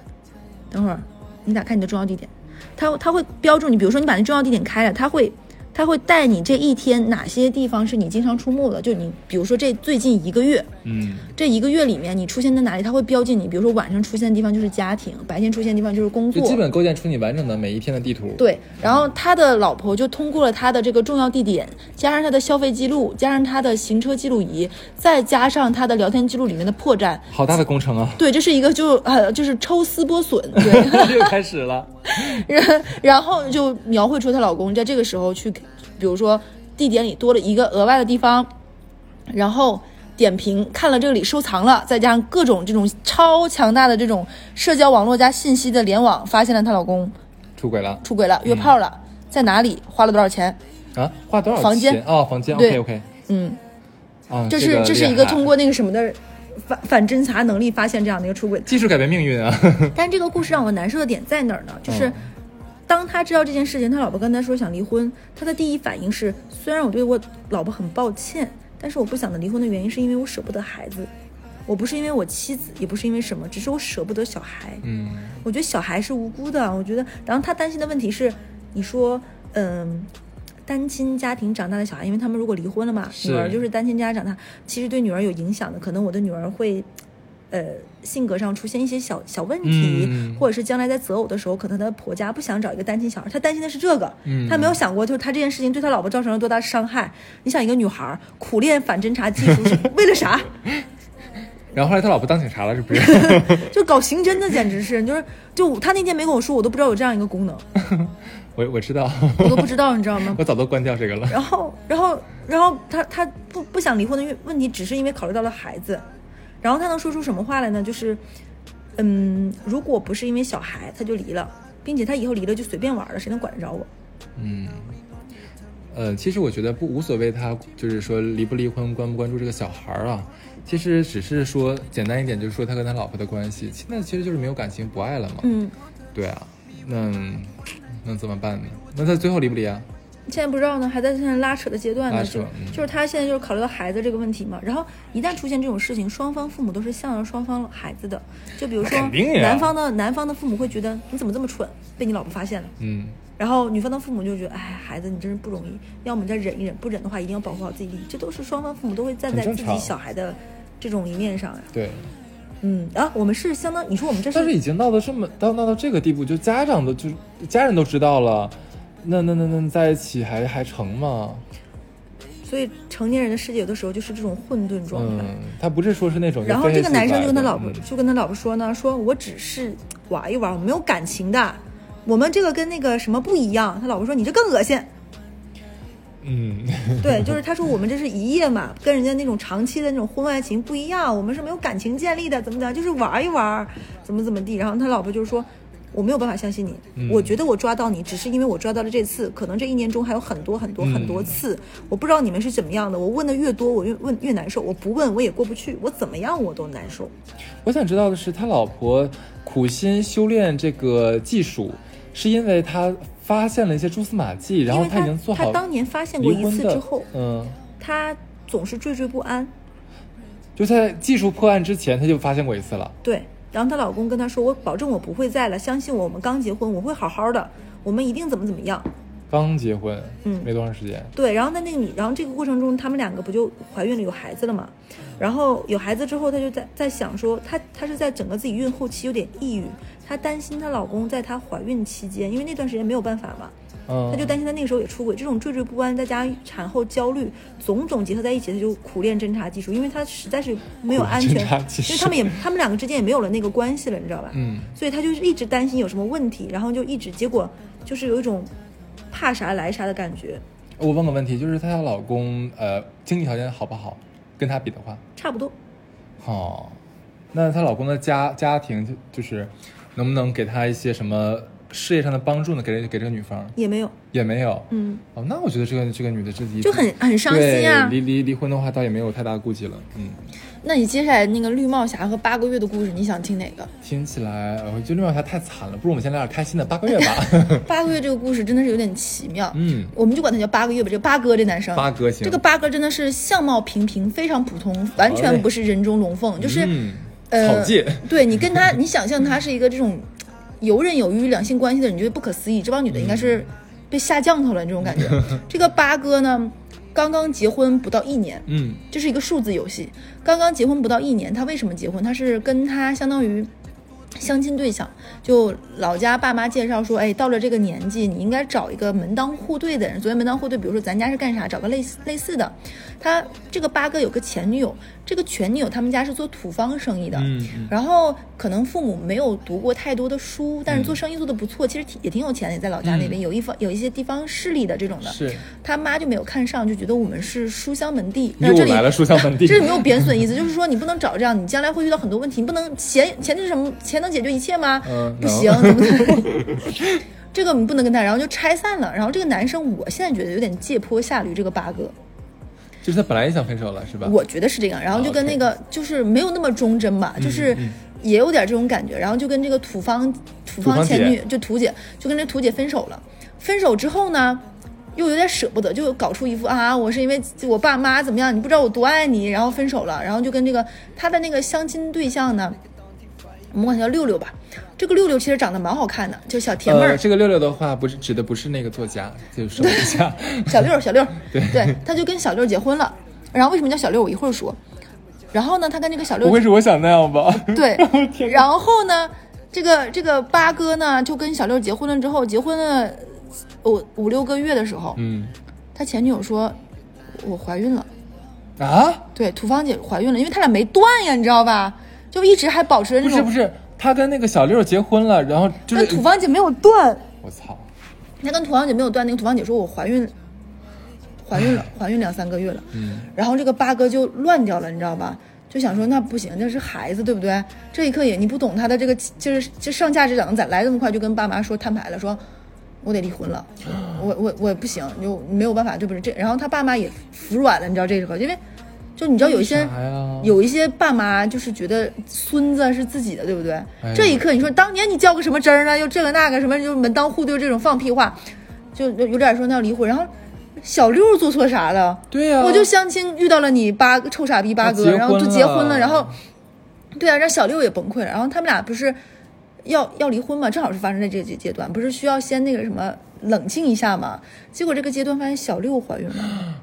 [SPEAKER 2] 等会儿，你打开你的重要地点，它它会标注你。比如说你把那重要地点开了，它会它会带你这一天哪些地方是你经常出没的。就你比如说这最近一个月，
[SPEAKER 1] 嗯
[SPEAKER 2] 这一个月里面你出现在哪里，它会标记你。比如说晚上出现的地方就是家庭，白天出现的地方就是工
[SPEAKER 1] 就
[SPEAKER 2] 作，
[SPEAKER 1] 基本构建出你完整的每一天的地图，，
[SPEAKER 2] 对，然后他的老婆就通过了他的这个重要地点，加上他的消费记录，加上他的行车记录仪，再加上他的聊天记录里面的破绽，
[SPEAKER 1] 好大的工程 啊，
[SPEAKER 2] 对，这是一个就呃就是抽丝剥笋， 对，
[SPEAKER 1] 又开始了，
[SPEAKER 2] 然然后就描绘出她老公在这个时候去，比如说地点里多了一个额外的地方，然后点评看了这里收藏了，再加上各种这种超强大的这种社交网络加信息的联网，发现了她老公
[SPEAKER 1] 出轨了
[SPEAKER 2] 出轨了、约炮了，
[SPEAKER 1] 嗯
[SPEAKER 2] 在哪里花了多少钱。
[SPEAKER 1] 啊，花多少
[SPEAKER 2] 房间
[SPEAKER 1] 钱哦，房间
[SPEAKER 2] 对
[SPEAKER 1] ，OK OK，
[SPEAKER 2] 嗯，
[SPEAKER 1] 啊，
[SPEAKER 2] 这
[SPEAKER 1] 个
[SPEAKER 2] 是这是一
[SPEAKER 1] 厉
[SPEAKER 2] 个
[SPEAKER 1] 害
[SPEAKER 2] 通过那个什么的反反侦查能力发现这样的一个出轨。
[SPEAKER 1] 技术改变命运啊，
[SPEAKER 2] 但这个故事让我难受的点在哪儿呢？就是当他知道这件事情，他老婆跟他说想离婚，他的第一反应是：虽然我对我老婆很抱歉，但是我不想离婚的原因是因为我舍不得孩子，我不是因为我妻子，也不是因为什么，只是我舍不得小孩。
[SPEAKER 1] 嗯。
[SPEAKER 2] 我觉得小孩是无辜的，我觉得，然后他担心的问题是，你说，嗯。单亲家庭长大的小孩，因为他们如果离婚了嘛，
[SPEAKER 1] 是
[SPEAKER 2] 女儿就是单亲家长大，其实对女儿有影响的。可能我的女儿会，呃，性格上出现一些小小问题，
[SPEAKER 1] 嗯
[SPEAKER 2] 或者是将来在择偶的时候，可能她的婆家不想找一个单亲小孩，她担心的是这个，
[SPEAKER 1] 嗯
[SPEAKER 2] 她没有想过就是她这件事情对她老婆造成了多大伤害。你想，一个女孩儿苦练反侦查技术是为了啥？
[SPEAKER 1] 然后后来他老婆当警察了，是不是？
[SPEAKER 2] 就搞刑侦的，简直是就是就她那天没跟我说，我都不知道有这样一个功能。
[SPEAKER 1] 我我知道，
[SPEAKER 2] 我都不知道，你知道吗？
[SPEAKER 1] 我早都关掉这个了。
[SPEAKER 2] 然后，然后，然后他他不不想离婚的问题，只是因为考虑到了孩子。然后他能说出什么话来呢？就是，嗯，如果不是因为小孩，他就离了，并且他以后离了就随便玩了，谁能管得着我？
[SPEAKER 1] 嗯，呃，其实我觉得不无所谓他，就是说离不离婚，关不关注这个小孩儿啊，其实只是说简单一点，就是说他跟他老婆的关系，其那其实就是没有感情，不爱了嘛。
[SPEAKER 2] 嗯，
[SPEAKER 1] 对啊，那那怎么办呢？那他最后离不离啊？
[SPEAKER 2] 现在不知道呢，还在现在拉扯的阶段
[SPEAKER 1] 拉
[SPEAKER 2] 呢，
[SPEAKER 1] 扯
[SPEAKER 2] 就
[SPEAKER 1] 嗯
[SPEAKER 2] 就是他现在就是考虑到孩子这个问题嘛。然后一旦出现这种事情，双方父母都是向着双方孩子的。就比如说
[SPEAKER 1] 肯定呀
[SPEAKER 2] 男方的男方的父母会觉得你怎么这么蠢，被你老婆发现了。
[SPEAKER 1] 嗯，
[SPEAKER 2] 然后女方的父母就觉得，哎，孩子你真是不容易，要么再忍一忍，不忍的话一定要保护好自己利益。这都是双方父母都会站在
[SPEAKER 1] 很
[SPEAKER 2] 自
[SPEAKER 1] 正常
[SPEAKER 2] 己小孩的这种一面上呀、啊
[SPEAKER 1] 对。
[SPEAKER 2] 嗯，啊，我们是相当，你说我们这
[SPEAKER 1] 但是
[SPEAKER 2] 是
[SPEAKER 1] 已经闹到这么到闹到这个地步，就家长都就家人都知道了，那那那那在一起还还成吗？
[SPEAKER 2] 所以成年人的世界有的时候就是这种混沌状态。
[SPEAKER 1] 嗯，他不是说是那种
[SPEAKER 2] 然后
[SPEAKER 1] 非
[SPEAKER 2] 这
[SPEAKER 1] 黑
[SPEAKER 2] 个
[SPEAKER 1] 即
[SPEAKER 2] 男生
[SPEAKER 1] 白
[SPEAKER 2] 就跟他
[SPEAKER 1] 的
[SPEAKER 2] 老婆、
[SPEAKER 1] 嗯
[SPEAKER 2] 就跟他老婆说呢，说我只是玩一玩，我没有感情的，我们这个跟那个什么不一样。他老婆说你这更恶心，
[SPEAKER 1] 嗯，
[SPEAKER 2] 对，就是他说我们这是一夜嘛， 跟人家那种长期的那种婚外情不一样，我们是没有感情建立的，怎么怎么样，就是玩一玩，怎么怎么地。然后他老婆就是说。我没有办法相信你，
[SPEAKER 1] 嗯
[SPEAKER 2] 我觉得我抓到你，只是因为我抓到了这次，可能这一年中还有很多很多很多次，
[SPEAKER 1] 嗯
[SPEAKER 2] 我不知道你们是怎么样的。我问的越多，我越问越难受，我不问我也过不去，我怎么样我都难受。
[SPEAKER 1] 我想知道的是，他老婆苦心修炼这个技术，是因为他发现了一些蛛丝马迹，然
[SPEAKER 2] 因
[SPEAKER 1] 后
[SPEAKER 2] 为
[SPEAKER 1] 已经做
[SPEAKER 2] 他
[SPEAKER 1] 好
[SPEAKER 2] 当年发现过
[SPEAKER 1] 离
[SPEAKER 2] 一
[SPEAKER 1] 婚
[SPEAKER 2] 次
[SPEAKER 1] 的
[SPEAKER 2] 之后，
[SPEAKER 1] 嗯，
[SPEAKER 2] 他总是惴惴不安。
[SPEAKER 1] 就在技术破案之前，他就发现过一次了。
[SPEAKER 2] 对，然后她老公跟她说：“我保证我不会再了，相信我，我们刚结婚，我会好好的，我们一定怎么怎么样。
[SPEAKER 1] 刚结婚，
[SPEAKER 2] 嗯
[SPEAKER 1] 没多长时间”，
[SPEAKER 2] 对，然后那那个女，然后这个过程中，他们两个不就怀孕了，有孩子了嘛？然后有孩子之后，她就在在想说，她她是在整个自己孕后期有点抑郁，她担心她老公在她怀孕期间，因为那段时间没有办法嘛，
[SPEAKER 1] 嗯，
[SPEAKER 2] 她就担心她那个时候也出轨，这种惴惴不安，再加上产后焦虑，种种结合在一起，她就苦练侦查技术，因为她实在是没有
[SPEAKER 1] 苦练
[SPEAKER 2] 安全，
[SPEAKER 1] 侦查技术
[SPEAKER 2] 因为他们也他们两个之间也没有了那个关系了，你知道吧？
[SPEAKER 1] 嗯，
[SPEAKER 2] 所以她就是一直担心有什么问题，然后就一直结果就是有一种怕啥来啥的感觉，
[SPEAKER 1] 我问个问题，就是她老公呃经济条件好不好？跟她比的话，
[SPEAKER 2] 差不多。
[SPEAKER 1] 哦，那她老公的家家庭就就是能不能给她一些什么事业上的帮助呢？给这给这个女方
[SPEAKER 2] 也没有，
[SPEAKER 1] 也没有。
[SPEAKER 2] 嗯，
[SPEAKER 1] 哦，那我觉得这个这个女的这离
[SPEAKER 2] 就很很伤心啊
[SPEAKER 1] 对。离离离婚的话，倒也没有太大顾忌了。嗯，
[SPEAKER 2] 那你接下来那个绿帽侠和八个月的故事，你想听哪个？
[SPEAKER 1] 听起来呃我觉得六小侠太惨了，不如我们先来点开心的，八个月吧。
[SPEAKER 2] 八个月这个故事真的是有点奇妙，
[SPEAKER 1] 嗯，
[SPEAKER 2] 我们就管他叫八个月吧。这八哥这男生，
[SPEAKER 1] 八哥行。
[SPEAKER 2] 这个八哥真的是相貌平平，非常普通，完全不是人中龙凤，就是、
[SPEAKER 1] 嗯，
[SPEAKER 2] 呃
[SPEAKER 1] 草芥，
[SPEAKER 2] 对你跟他，你想象他是一个这种游刃有余两性关系的人，你觉得不可思议。这帮女的应该是被下降头了，这种感觉。这个八哥呢，刚刚结婚不到一年，
[SPEAKER 1] 嗯
[SPEAKER 2] 这是一个数字游戏。刚刚结婚不到一年，他为什么结婚？他是跟他相当于相亲对象，就老家爸妈介绍说，哎，到了这个年纪，你应该找一个门当户对的人。所谓门当户对，比如说咱家是干啥，找个类似类似的。他这个八哥有个前女友，这个前女友他们家是做土方生意的。
[SPEAKER 1] 嗯嗯
[SPEAKER 2] 然后可能父母没有读过太多的书，但是
[SPEAKER 1] 嗯
[SPEAKER 2] 做生意做得不错，其实挺也挺有钱的，也在老家那边、有一方有一些地方势力的这种的。
[SPEAKER 1] 是
[SPEAKER 2] 他妈就没有看上，就觉得我们是书香门第。
[SPEAKER 1] 又
[SPEAKER 2] 那这里
[SPEAKER 1] 来了书香门第
[SPEAKER 2] 这是没有贬损意思， 就是说你不能找这样，你将来会遇到很多问题，你不能钱钱是什么？钱能解决一切吗？
[SPEAKER 1] 嗯
[SPEAKER 2] 不行，怎 么怎么。这个我们不能跟他，然后就拆散了。然后这个男生，我现在觉得有点借坡下驴，这个八哥，
[SPEAKER 1] 就是他本来也想分手了，是吧？啊
[SPEAKER 2] 我觉得是这样。然后就跟那个、就是没有那么忠贞吧，
[SPEAKER 1] 嗯
[SPEAKER 2] 就是也有点这种感觉。然后就跟这个土方土
[SPEAKER 1] 土
[SPEAKER 2] 方
[SPEAKER 1] 方姐
[SPEAKER 2] 前女就土姐，就跟这土姐分手了。分手之后呢，又有点舍不得，就搞出一副啊，我是因为我爸妈怎么样，你不知道我多爱你，然后分手了。然后就跟这个他的那个相亲对象呢，我们管他叫六六吧。这个六六其实长得蛮好看的，就是小甜妹儿、
[SPEAKER 1] 呃，这个六六的话，不是指的不是那个作家，就是手下。
[SPEAKER 2] 小六儿，小六儿，对他就跟小六儿结婚了。然后为什么叫小六儿？我一会儿说。然后呢，他跟这个小六
[SPEAKER 1] 不
[SPEAKER 2] 儿
[SPEAKER 1] 会是我想那样吧？
[SPEAKER 2] 对，然后呢，这个这个八哥呢就跟小六结婚了之后，结婚了五五六个月的时候，
[SPEAKER 1] 嗯
[SPEAKER 2] 他前女友说我怀孕了，
[SPEAKER 1] 啊，
[SPEAKER 2] 对，土方姐怀孕了，因为他俩没断呀，你知道吧？就一直还保持着
[SPEAKER 1] 不是
[SPEAKER 2] 那种，
[SPEAKER 1] 不是，他跟那个小六结婚了，然后就
[SPEAKER 2] 跟
[SPEAKER 1] 是
[SPEAKER 2] 土方姐没有断，
[SPEAKER 1] 我操，
[SPEAKER 2] 他跟土方姐没有断，那个土方姐说我怀孕，怀孕 了，怀孕两三个月了，
[SPEAKER 1] 嗯，
[SPEAKER 2] 然后这个八哥就乱掉了，你知道吧？就想说那不行，那是孩子，对不对？这一刻也你不懂他的这个，就是这上价值涨得咋来这么快，就跟爸妈说摊牌了，说我得离 婚了，我我我不行，就没有办法，对不对？这然后他爸妈也服软了，你知道这个，因为就你知道有一些人
[SPEAKER 1] 啥呀
[SPEAKER 2] 有一些爸妈就是觉得孙子是自己的，对不对？
[SPEAKER 1] 哎
[SPEAKER 2] 这一刻你说当年你较个什么真儿呢？又这个那个什么，就是门当户对这种放屁话，就就有点说那要离婚。然后小六做错啥了？
[SPEAKER 1] 对呀、
[SPEAKER 2] 我就相亲遇到了你八个臭傻逼八
[SPEAKER 1] 他
[SPEAKER 2] 哥，
[SPEAKER 1] 结
[SPEAKER 2] 然后就
[SPEAKER 1] 婚
[SPEAKER 2] 结婚了，
[SPEAKER 1] 了
[SPEAKER 2] 然后对啊，让小六也崩溃了。然后他们俩不是要要离婚嘛，正好是发生在这个阶阶段，不是需要先那个什么冷静一下嘛？结果这个阶段发现小六怀孕了。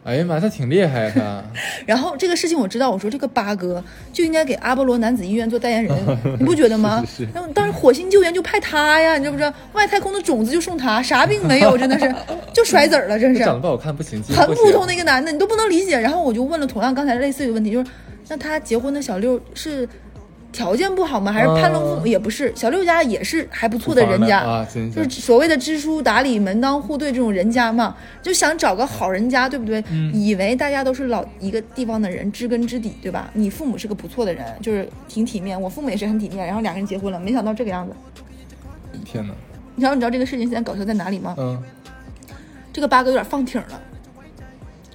[SPEAKER 1] 哎呀妈，他挺厉害啊，他
[SPEAKER 2] 然后这个事情我知道，我说这个八哥就应该给阿波罗男子医院做代 言人，你不觉得吗？
[SPEAKER 1] 是是是
[SPEAKER 2] 然后当时火星救援就派他呀，你知不知道？外太空的种子就送他，啥病没有，真 的是就甩子儿了，真
[SPEAKER 1] 他
[SPEAKER 2] 是啊
[SPEAKER 1] 长得不好看不行，
[SPEAKER 2] 很普通的
[SPEAKER 1] 那
[SPEAKER 2] 一个男的，你都不能理解。然后我就问了同样刚才类似于的问题，就是那他结婚的小六是条件不好吗？还是攀龙附
[SPEAKER 1] 啊
[SPEAKER 2] 也不是，小六家也是还不错的人家
[SPEAKER 1] 啊，真
[SPEAKER 2] 就是是所谓的知书达理、门当户对这种人家嘛，就想找个好人家，对不对？
[SPEAKER 1] 嗯
[SPEAKER 2] 以为大家都是老一个地方的人，知根知底，对吧？你父母是个不错的人，就是挺体面，我父母也是很体面，然后两个人结婚了，没想到这个样子。
[SPEAKER 1] 天哪，
[SPEAKER 2] 你知道你知道这个事情现在搞笑在哪里吗？
[SPEAKER 1] 嗯，
[SPEAKER 2] 这个八哥有点放挺了，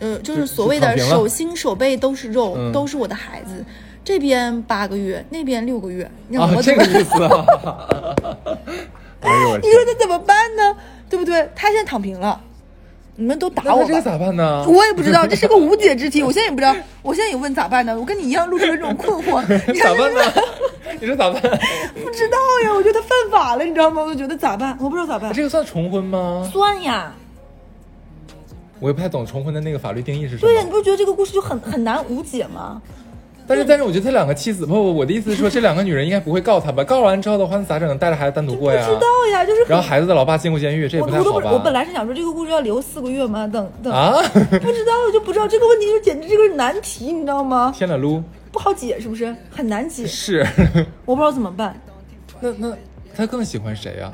[SPEAKER 2] 呃，
[SPEAKER 1] 就
[SPEAKER 2] 就
[SPEAKER 1] 是
[SPEAKER 2] 所谓
[SPEAKER 1] 就
[SPEAKER 2] 的
[SPEAKER 1] 躺平了
[SPEAKER 2] 手心手背都是肉，
[SPEAKER 1] 嗯
[SPEAKER 2] 都是我的孩子。这边八个月，那边六个月，你让
[SPEAKER 1] 啊
[SPEAKER 2] 我，怎
[SPEAKER 1] 这
[SPEAKER 2] 么
[SPEAKER 1] 个意思啊， 哎呦我
[SPEAKER 2] 你
[SPEAKER 1] 天，
[SPEAKER 2] 说这怎么办呢？对不对？他现在躺平了，你们都打
[SPEAKER 1] 那
[SPEAKER 2] 我
[SPEAKER 1] 他这
[SPEAKER 2] 吧
[SPEAKER 1] 个。咋办呢？
[SPEAKER 2] 我也不知道，这是个无解之题。我现在也不知道，我现在也问咋办呢？我跟你一样露出了这种困惑，你 看
[SPEAKER 1] 咋办呢？你说咋办？
[SPEAKER 2] 不知道呀，我觉得犯法了，你知道吗？我就觉得咋办，我不知道咋办。
[SPEAKER 1] 这个算重婚吗？
[SPEAKER 2] 算呀，
[SPEAKER 1] 我也不太懂重婚的那个法律定义是什
[SPEAKER 2] 对呀，你
[SPEAKER 1] 么。
[SPEAKER 2] 不觉得这个故事就很很难无解吗？
[SPEAKER 1] 但是但是我觉得他两个妻子，不不，我的意思是说这两个女人应该不会告他吧？告完之后的话，那咋整？带着孩子单独
[SPEAKER 2] 不
[SPEAKER 1] 过
[SPEAKER 2] 知
[SPEAKER 1] 呀？
[SPEAKER 2] 道呀，就是很
[SPEAKER 1] 然后孩子的老爸进过监狱，这也
[SPEAKER 2] 我
[SPEAKER 1] 不太
[SPEAKER 2] 我都
[SPEAKER 1] 好
[SPEAKER 2] 不
[SPEAKER 1] 吧？
[SPEAKER 2] 我本来是想说这个故事要留四个月嘛，等等，
[SPEAKER 1] 啊，
[SPEAKER 2] 不知道我就不知道这个问题就简直是个难题，你知道吗？
[SPEAKER 1] 天了噜，
[SPEAKER 2] 不好解是不是？很难解，
[SPEAKER 1] 是。
[SPEAKER 2] 我不知道怎么办。
[SPEAKER 1] 那那他更喜欢谁呀、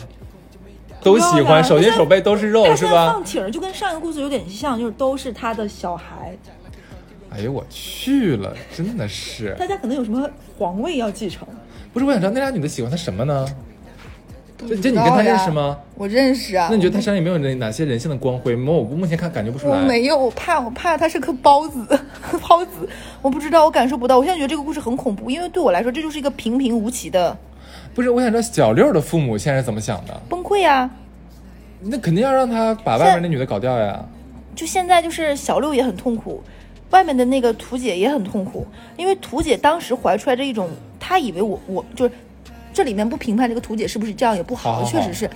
[SPEAKER 1] 都喜欢，手心手背都是
[SPEAKER 2] 他
[SPEAKER 1] 肉，是
[SPEAKER 2] 现在哎放
[SPEAKER 1] 吧？
[SPEAKER 2] 挺儿就跟上一个故事有点像，就是都是他的小孩，
[SPEAKER 1] 哎呦我去了，真的是。
[SPEAKER 2] 大家可能有什么皇位要继承？
[SPEAKER 1] 不是我想知道那俩女的喜欢他什么呢？这这你
[SPEAKER 2] 不
[SPEAKER 1] 跟
[SPEAKER 2] 知道
[SPEAKER 1] 他
[SPEAKER 2] 呀
[SPEAKER 1] 认识吗？？
[SPEAKER 2] 我认识啊。
[SPEAKER 1] 那你觉得他身上有没有哪哪些人性的光辉？没有，我目前看感觉不出
[SPEAKER 2] 我
[SPEAKER 1] 来。
[SPEAKER 2] 没有，我怕，我怕他是颗孢子， 孢子，我不知道，我感受不到。我现在觉得这个故事很恐怖，因为对我来说，这就是一个平平无奇的
[SPEAKER 1] 不是，我想知道小六的父母现在是怎么想的？
[SPEAKER 2] 崩溃啊！
[SPEAKER 1] 那肯定要让他把外面那女的搞掉呀。
[SPEAKER 2] 就现在就是小六也很痛苦，外面的那个图姐也很痛苦，因为图姐当时怀揣着一种，她以为我我就是这里面不评判这个图姐是不是这样也不好，
[SPEAKER 1] 好好好
[SPEAKER 2] 确实是。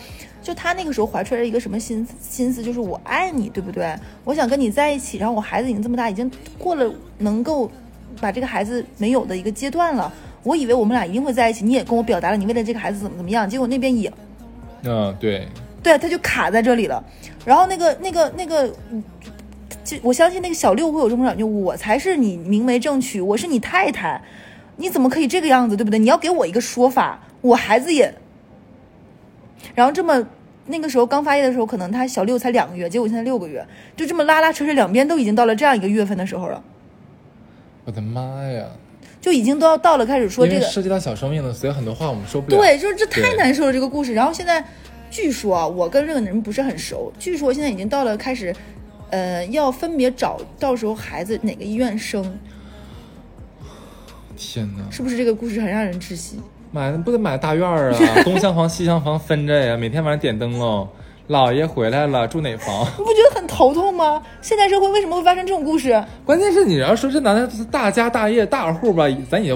[SPEAKER 2] 就她那个时候怀揣着一个什么心思心思，就是我爱你，对不对？我想跟你在一起，然后我孩子已经这么大，已经过了能够把这个孩子没有的一个阶段了。我以为我们俩一定会在一起，你也跟我表达了你为了这个孩子怎么怎么样，结果那边也
[SPEAKER 1] 嗯，对，
[SPEAKER 2] 对，啊他就卡在这里了。然后那个那个那个，嗯就我相信那个小六会有这种感觉，我才是你明媒正娶，我是你太太，你怎么可以这个样子，对不对？你要给我一个说法，我孩子也。然后这么那个时候刚发业的时候，可能他小六才两个月，结果现在六个月，就这么拉拉扯扯，两边都已经到了这样一个月份的时候了，
[SPEAKER 1] 我的妈呀！
[SPEAKER 2] 就已经都要到了开始说
[SPEAKER 1] 因
[SPEAKER 2] 这
[SPEAKER 1] 为
[SPEAKER 2] 个
[SPEAKER 1] 涉及到小生命了，所以很多话我们说不了。
[SPEAKER 2] 对，就是这太
[SPEAKER 1] 对
[SPEAKER 2] 难受了这个故事。然后现在，据说啊，我跟这个人不是很熟，据说现在已经到了开始，呃，要分别找到时候孩子哪个医院生，
[SPEAKER 1] 天哪！
[SPEAKER 2] 是不是这个故事很让人窒息？
[SPEAKER 1] 买不得买大院儿 啊，东厢房西厢房分着呀，每天晚上点灯笼。老爷回来了，住哪房？
[SPEAKER 2] 你不觉得很头痛吗？现代社会为什么会发生这种故事？
[SPEAKER 1] 关键是你要说这男的大家大业大户吧，咱也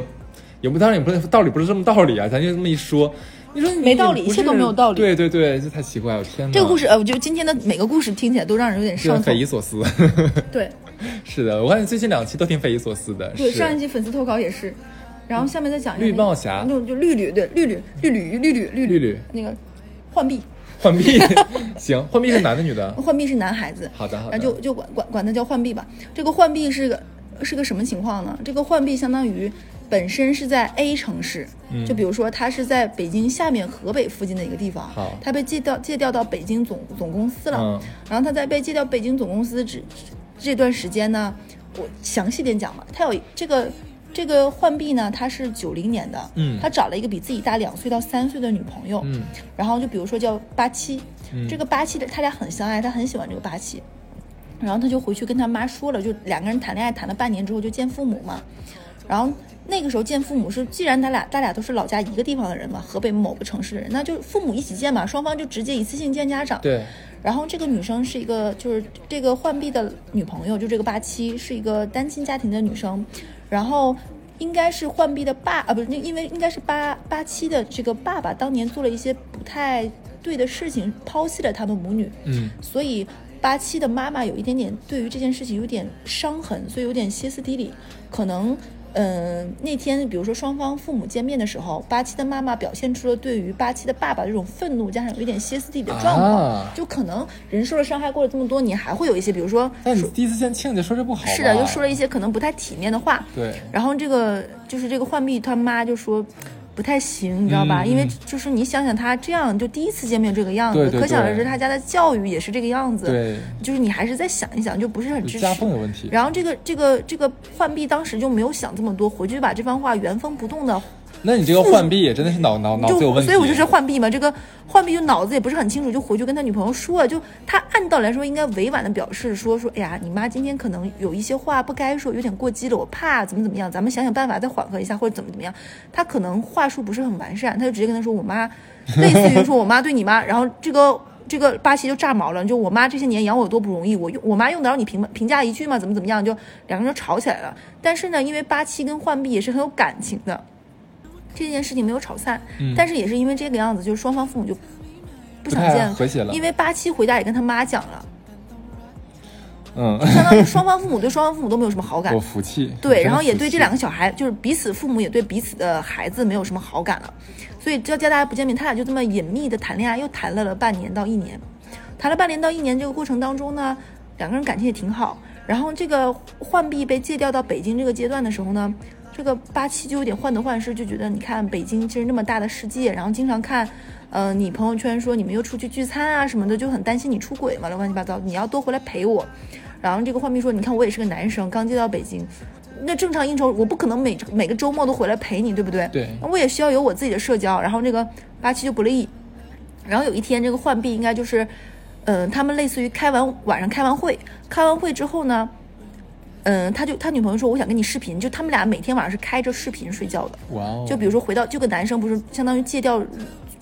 [SPEAKER 1] 也不当然也不是道理不是这么道理啊，咱就这么一说，你说你
[SPEAKER 2] 没道理
[SPEAKER 1] 也不
[SPEAKER 2] 一切都
[SPEAKER 1] 是
[SPEAKER 2] 没有道理
[SPEAKER 1] 对对对，这太奇怪了，天哪！
[SPEAKER 2] 这个故事，呃，我觉得今天的每个故事听起来都让人有点
[SPEAKER 1] 是
[SPEAKER 2] 上头
[SPEAKER 1] 嗯匪。夷所思，
[SPEAKER 2] 对
[SPEAKER 1] 是的，我看最近两期都挺匪夷所思的，
[SPEAKER 2] 对，
[SPEAKER 1] 是
[SPEAKER 2] 上一期粉丝投稿也是，然后下面再讲一下
[SPEAKER 1] 绿
[SPEAKER 2] 那个
[SPEAKER 1] 帽侠
[SPEAKER 2] 那种就绿绿对绿绿绿绿绿绿绿
[SPEAKER 1] 绿绿
[SPEAKER 2] 那个浣碧，
[SPEAKER 1] 浣碧，行，浣碧是男的女的？
[SPEAKER 2] 浣碧是男孩子，
[SPEAKER 1] 好的好
[SPEAKER 2] 然
[SPEAKER 1] 的，
[SPEAKER 2] 后就就管管管它叫浣碧吧。这个浣碧是个是个什么情况呢？这个浣碧相当于本身是在 A 城市，
[SPEAKER 1] 嗯
[SPEAKER 2] 就比如说它是在北京下面河北附近的一个地方
[SPEAKER 1] 好，
[SPEAKER 2] 它被借调借调到北京总总公司了。
[SPEAKER 1] 嗯
[SPEAKER 2] 然后它在被借调北京总公司这这段时间呢，我详细点讲吧。它有这个这个浣碧呢，她是九零年的，
[SPEAKER 1] 嗯
[SPEAKER 2] 她找了一个比自己大两岁到三岁的女朋友，
[SPEAKER 1] 嗯
[SPEAKER 2] 然后就比如说叫八七，
[SPEAKER 1] 嗯
[SPEAKER 2] 这个八七的他俩很相爱，他很喜欢这个八七，然后他就回去跟他妈说了，就两个人谈恋爱谈了半年之后就见父母嘛，然后那个时候见父母是，既然他俩他俩都是老家一个地方的人嘛，河北某个城市的人，那就父母一起见嘛，双方就直接一次性见家长。
[SPEAKER 1] 对，
[SPEAKER 2] 然后这个女生是一个，就是这个浣碧的女朋友，就这个八七是一个单亲家庭的女生，然后应该是浣碧的爸啊，不是，那因为应该是八八七的这个爸爸当年做了一些不太对的事情，抛弃了他们母女，
[SPEAKER 1] 嗯
[SPEAKER 2] 所以八七的妈妈有一点点对于这件事情有点伤痕，所以有点歇斯底里。可能，嗯、那天比如说双方父母见面的时候，八七的妈妈表现出了对于八七的爸爸这种愤怒，加上有一点歇斯底里的状况，
[SPEAKER 1] 啊
[SPEAKER 2] 就可能人受了伤害，过了这么多年，还会有一些，比如说，
[SPEAKER 1] 但你第一次见亲家说这不好吧，
[SPEAKER 2] 是的，就说了一些可能不太体面的话。
[SPEAKER 1] 对，
[SPEAKER 2] 然后这个就是这个浣碧他妈就说。不太行，你知道吧？
[SPEAKER 1] 嗯
[SPEAKER 2] 因为
[SPEAKER 1] 嗯
[SPEAKER 2] 就是你想想，他这样就第一次见面这个样子，
[SPEAKER 1] 对对
[SPEAKER 2] 可想而
[SPEAKER 1] 对
[SPEAKER 2] 知他家的教育也是这个样子。
[SPEAKER 1] 对，
[SPEAKER 2] 就是你还是再想一想，就不是很支
[SPEAKER 1] 家
[SPEAKER 2] 持
[SPEAKER 1] 风。有问题，
[SPEAKER 2] 然后这个这个这个浣碧当时就没有想这么多，回去把这番话原封不动的
[SPEAKER 1] 那你这个浣碧也真的是脑脑脑
[SPEAKER 2] 就，
[SPEAKER 1] 子有问题，
[SPEAKER 2] 所以我就说浣碧嘛，这个浣碧就脑子也不是很清楚，就回去跟他女朋友说了，就他按道理来说应该委婉的表示说说，哎呀，你妈今天可能有一些话不该说，有点过激了，我怕怎么怎么样，咱们想想办法再缓和一下或者怎么怎么样。他可能话术不是很完善，他就直接跟他说我妈，类似于说我妈对你妈，然后这个。这个巴西就炸毛了，就我妈这些年养我多不容易，我用我妈用得着你评评价一句吗？怎么怎么样，就两个人就吵起来了。但是呢，因为八七跟浣碧也是很有感情的，这件事情没有吵散，
[SPEAKER 1] 嗯
[SPEAKER 2] 但是也是因为这个样子，就是双方父母就不
[SPEAKER 1] 不
[SPEAKER 2] 想
[SPEAKER 1] 太
[SPEAKER 2] 见
[SPEAKER 1] 和谐了，
[SPEAKER 2] 因为八七回家也跟他妈讲了，
[SPEAKER 1] 嗯，
[SPEAKER 2] 相当于双方父母对双方父母都没有什么好感
[SPEAKER 1] 我，服气，
[SPEAKER 2] 对，
[SPEAKER 1] 我真的
[SPEAKER 2] 然后也
[SPEAKER 1] 服
[SPEAKER 2] 对
[SPEAKER 1] 气
[SPEAKER 2] 这两个小孩，就是彼此父母也对彼此的孩子没有什么好感了，所以只要叫大家不见面，他俩就这么隐秘的谈恋爱，又谈了了半年到一年，谈了半年到一年这个过程当中呢，两个人感情也挺好。然后这个浣碧被借调到北京这个阶段的时候呢，这个八七就有点患得患失，就觉得你看北京其实那么大的世界，然后经常看，呃，你朋友圈说你们又出去聚餐啊什么的，就很担心你出轨嘛，乱七八糟，你要多回来陪我。然后这个浣碧说，你看我也是个男生，刚接到北京。那正常应酬，我不可能每每个周末都回来陪你，对不对？
[SPEAKER 1] 对
[SPEAKER 2] 那我也需要有我自己的社交。然后这个八七就不乐意，然后有一天，这个浣碧应该就是，嗯、他们类似于开完晚上开完会，开完会之后呢，嗯、他就他女朋友说我想跟你视频，就他们俩每天晚上是开着视频睡觉的。
[SPEAKER 1] 哇哦，
[SPEAKER 2] 就比如说回到这个男生不是相当于借调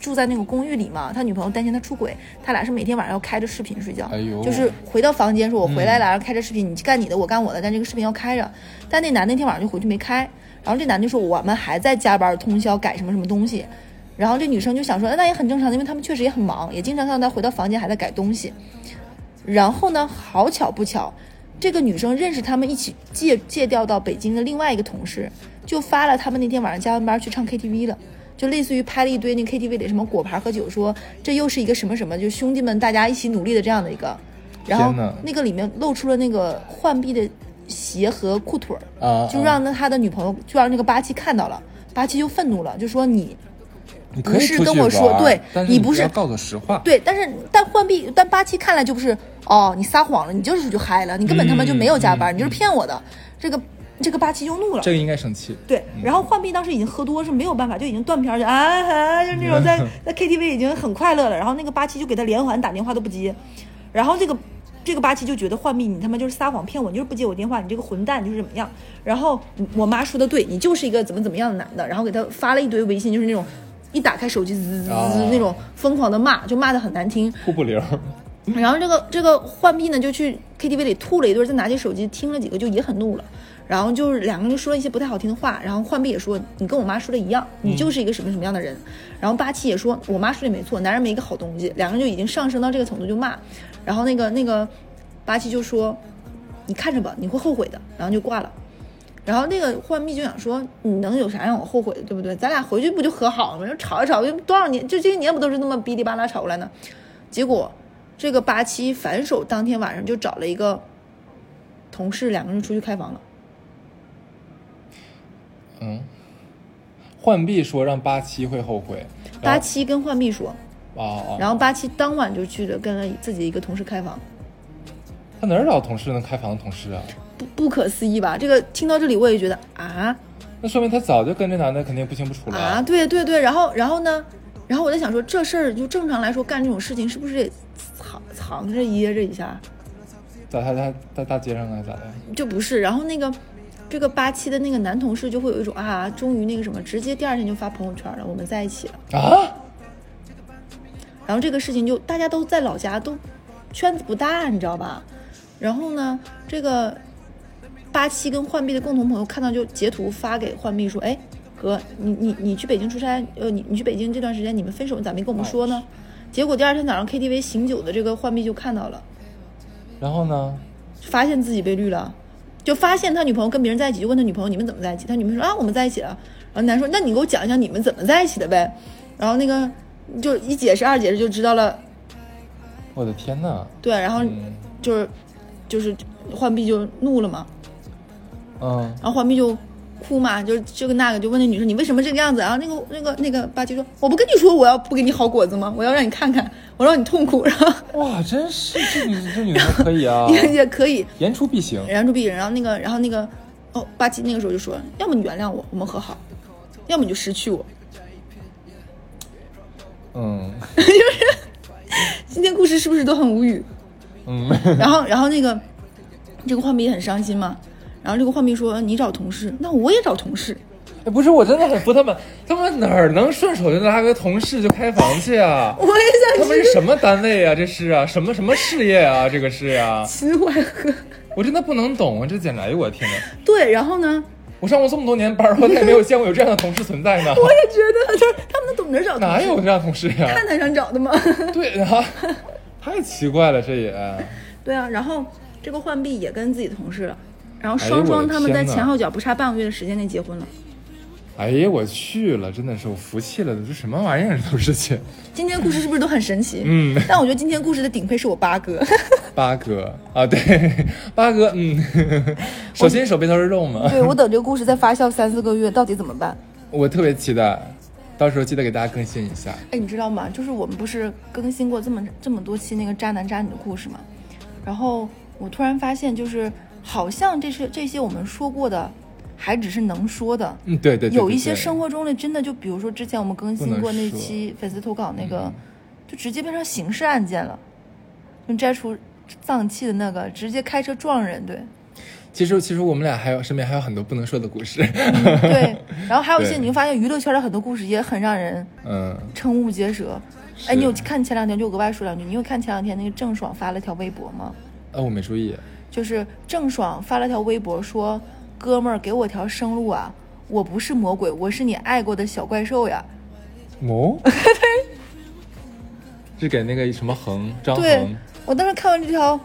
[SPEAKER 2] 住在那个公寓里嘛，他女朋友担心他出轨，他俩是每天晚上要开着视频睡觉，
[SPEAKER 1] 哎呦
[SPEAKER 2] 就是回到房间说我回来了，然后开着视频，你干你的，我干我的，但这个视频要开着。但那男那天晚上就回去没开，然后这男的说我们还在加班通宵改什么什么东西。然后这女生就想说，哎那也很正常，因为他们确实也很忙，也经常让他回到房间还在改东西。然后呢，好巧不巧，这个女生认识他们一起借借调到北京的另外一个同事，就发了他们那天晚上加完班去唱 KTV 了。就类似于拍了一堆那 KTV 里什么果盘喝酒说，这又是一个什么什么，就兄弟们大家一起努力的这样的一个，然后
[SPEAKER 1] 天哪
[SPEAKER 2] 那个里面露出了那个浣碧的鞋和裤腿儿，
[SPEAKER 1] 啊，
[SPEAKER 2] 就
[SPEAKER 1] 啊
[SPEAKER 2] 让那他的女朋友就让那个八七看到了，八七就愤怒了，就说你
[SPEAKER 1] 你可以
[SPEAKER 2] 不是
[SPEAKER 1] 出
[SPEAKER 2] 跟
[SPEAKER 1] 去
[SPEAKER 2] 我说
[SPEAKER 1] 玩
[SPEAKER 2] 对
[SPEAKER 1] 但
[SPEAKER 2] 你
[SPEAKER 1] 你
[SPEAKER 2] 不是
[SPEAKER 1] 要告诉我实话，
[SPEAKER 2] 对，但是但浣碧但八七看来就不是哦，你撒谎了，你就是出去嗨了，你根本他妈就没有加
[SPEAKER 1] 嗯
[SPEAKER 2] 班，
[SPEAKER 1] 嗯
[SPEAKER 2] 你就是骗我的。这个这个八七就怒了。
[SPEAKER 1] 这个应该生气，
[SPEAKER 2] 对，然后浣碧当时已经喝多是没有办法，就已经断片儿，就啊啊，就是那种在 在 KTV 已经很快乐了。然后那个八七就给他连环打电话都不接，然后这个这个八七就觉得浣碧你他妈就是撒谎骗我，你就是不接我电话，你这个混蛋，你就是怎么样。然后我妈说的对，你就是一个怎么怎么样的男的，然后给他发了一堆微信，就是那种一打开手机滋滋滋滋那种疯狂的骂，就骂的很难听。
[SPEAKER 1] 瀑布 流，
[SPEAKER 2] 然后这个这个浣碧呢就去 KTV 里吐了一顿，再拿起手机听了几个，就也很怒了。然后就是两个人就说了一些不太好听的话，然后浣碧也说你跟我妈说的一样，你就是一个什么什么样的人。然后八七也说我妈说的没错，男人没一个好东西。两个人就已经上升到这个程度就骂，然后那个那个八七就说你看着吧，你会后悔的，然后就挂了。然后那个浣碧就想说，你能有啥让我后悔的，对不对？咱俩回去不就和好了吗？就吵一吵，就多少年，就这些年不都是那么哔哩吧啦吵过来呢？结果这个八七反手当天晚上就找了一个同事，两个人出去开房了。
[SPEAKER 1] 嗯。浣碧说让八七会后悔，然
[SPEAKER 2] 八
[SPEAKER 1] 后
[SPEAKER 2] 七跟浣碧说，
[SPEAKER 1] 哦哦，
[SPEAKER 2] 然后八七当晚就去了跟了自己一个同事开房，
[SPEAKER 1] 他哪儿找同事能开房的同事啊？
[SPEAKER 2] 不不可思议吧？这个听到这里我也觉得啊啊
[SPEAKER 1] 那说明他早就跟这男的肯定不清不楚了。
[SPEAKER 2] 啊，对对对，然后然后呢？然后我在想说，这事儿就正常来说干这种事情是不是得藏藏着掖着一下？
[SPEAKER 1] 咋他他在大街上啊？咋的？
[SPEAKER 2] 就不是。然后那个这个八七的那个男同事就会有一种啊，终于那个什么，直接第二天就发朋友圈了，我们在一起了。
[SPEAKER 1] 啊？
[SPEAKER 2] 然后这个事情就大家都在老家，都圈子不大，你知道吧？然后呢，这个八七跟浣碧的共同朋友看到就截图发给浣碧说：“哎，哥，你你你去北京出差，呃，你你去北京这段时间你们分手咋没跟我们说呢？”结果第二天早上 KTV 醒酒的这个浣碧就看到了，
[SPEAKER 1] 然后呢？
[SPEAKER 2] 发现自己被绿了，就发现他女朋友跟别人在一起，就问他女朋友你们怎么在一起？他女朋友说啊我们在一起了。然后男说那你给我讲一讲你们怎么在一起的呗。然后那个就一解释二解释就知道了，
[SPEAKER 1] 我的天呐！
[SPEAKER 2] 对，然后
[SPEAKER 1] 嗯
[SPEAKER 2] 就是就是浣碧就怒了嘛，
[SPEAKER 1] 嗯，
[SPEAKER 2] 然后浣碧就哭嘛，就是这个那个就问那女生你为什么这个样子啊？然后那个那个那个八七说我不跟你说我要不给你好果子吗？我要让你看看，我让你痛苦，然后，
[SPEAKER 1] 哇，真是这女这女的可以啊
[SPEAKER 2] 也也可以。
[SPEAKER 1] 言出必行。
[SPEAKER 2] 然后就鄙人，然后那个，然后那个，哦，八七那个时候就说，要么你原谅我，我们和好，要么你就失去我。
[SPEAKER 1] 嗯
[SPEAKER 2] 今天故事是不是都很无语？
[SPEAKER 1] 嗯，
[SPEAKER 2] 然后，然后那个，这个浣碧也很伤心嘛。然后这个浣碧说，你找同事，那我也找同事。
[SPEAKER 1] 哎不是，我真的很服他们，他们哪儿能顺手就拿个同事就开房去啊？
[SPEAKER 2] 我也
[SPEAKER 1] 他
[SPEAKER 2] 想
[SPEAKER 1] 们
[SPEAKER 2] 去
[SPEAKER 1] 是什么单位啊？这是啊，什么什么事业啊？这个是啊，
[SPEAKER 2] 秦淮河。
[SPEAKER 1] 我真的不能懂啊！这简直，哎呦我的天呐，
[SPEAKER 2] 对，然后呢，
[SPEAKER 1] 我上过这么多年班，我再也没有见过有这样的同事存在呢。
[SPEAKER 2] 我也觉得就是他们都懂得找同
[SPEAKER 1] 哪有
[SPEAKER 2] 事，
[SPEAKER 1] 这样的同事呀、
[SPEAKER 2] 看台上找的嘛。
[SPEAKER 1] 对啊，太奇怪了，这也。
[SPEAKER 2] 对啊，然后这个浣碧也跟自己同事了，然后
[SPEAKER 1] 哎呦
[SPEAKER 2] 双
[SPEAKER 1] 我
[SPEAKER 2] 双
[SPEAKER 1] 的
[SPEAKER 2] 他们在
[SPEAKER 1] 天呐
[SPEAKER 2] 前后脚不差半个月的时间内结婚了。
[SPEAKER 1] 哎呀，我去了，真的是我服气了，这什么玩意儿都是这。
[SPEAKER 2] 今天故事是不是都很神奇？
[SPEAKER 1] 嗯，
[SPEAKER 2] 但我觉得今天故事的顶配是我 八哥。
[SPEAKER 1] 八哥啊，对，八哥， 嗯，手心手背都是肉嘛，
[SPEAKER 2] 对我等这个故事再发酵三四个月，到底怎么办？
[SPEAKER 1] 我特别期待，到时候记得给大家更新一下。
[SPEAKER 2] 哎，你知道吗？就是我们不是更新过这么这么多期那个渣男渣女的故事吗？然后我突然发现，就是好像这是这些我们说过的，还只是能说的。
[SPEAKER 1] 嗯，对对对
[SPEAKER 2] 有一些生
[SPEAKER 1] 活，
[SPEAKER 2] 活中的真的，就比如说之前我们更新过
[SPEAKER 1] 不能
[SPEAKER 2] 那
[SPEAKER 1] 说
[SPEAKER 2] 期粉丝投稿那个
[SPEAKER 1] 嗯，
[SPEAKER 2] 就直接变成刑事案件了，就摘除脏器的那个，直接开车撞 人，对。
[SPEAKER 1] 其实其实我们俩还有身边还有很多不能说的故事，
[SPEAKER 2] 对，然后还有一些
[SPEAKER 1] 对
[SPEAKER 2] 你会发现娱乐圈的很多故事也很让人
[SPEAKER 1] 嗯，
[SPEAKER 2] 瞠目结舌。
[SPEAKER 1] 是
[SPEAKER 2] 哎，你有看前两天就额外说两句，你有看前两天那个郑爽发了条微博吗？
[SPEAKER 1] 啊，我没注意，
[SPEAKER 2] 就是郑爽发了条微博说：“哥们儿，给我条生路啊！我不是魔鬼，我是你爱过的小怪兽呀
[SPEAKER 1] 哦，是给那个什么恒！”张
[SPEAKER 2] 对
[SPEAKER 1] 恒，
[SPEAKER 2] 我当时看完这条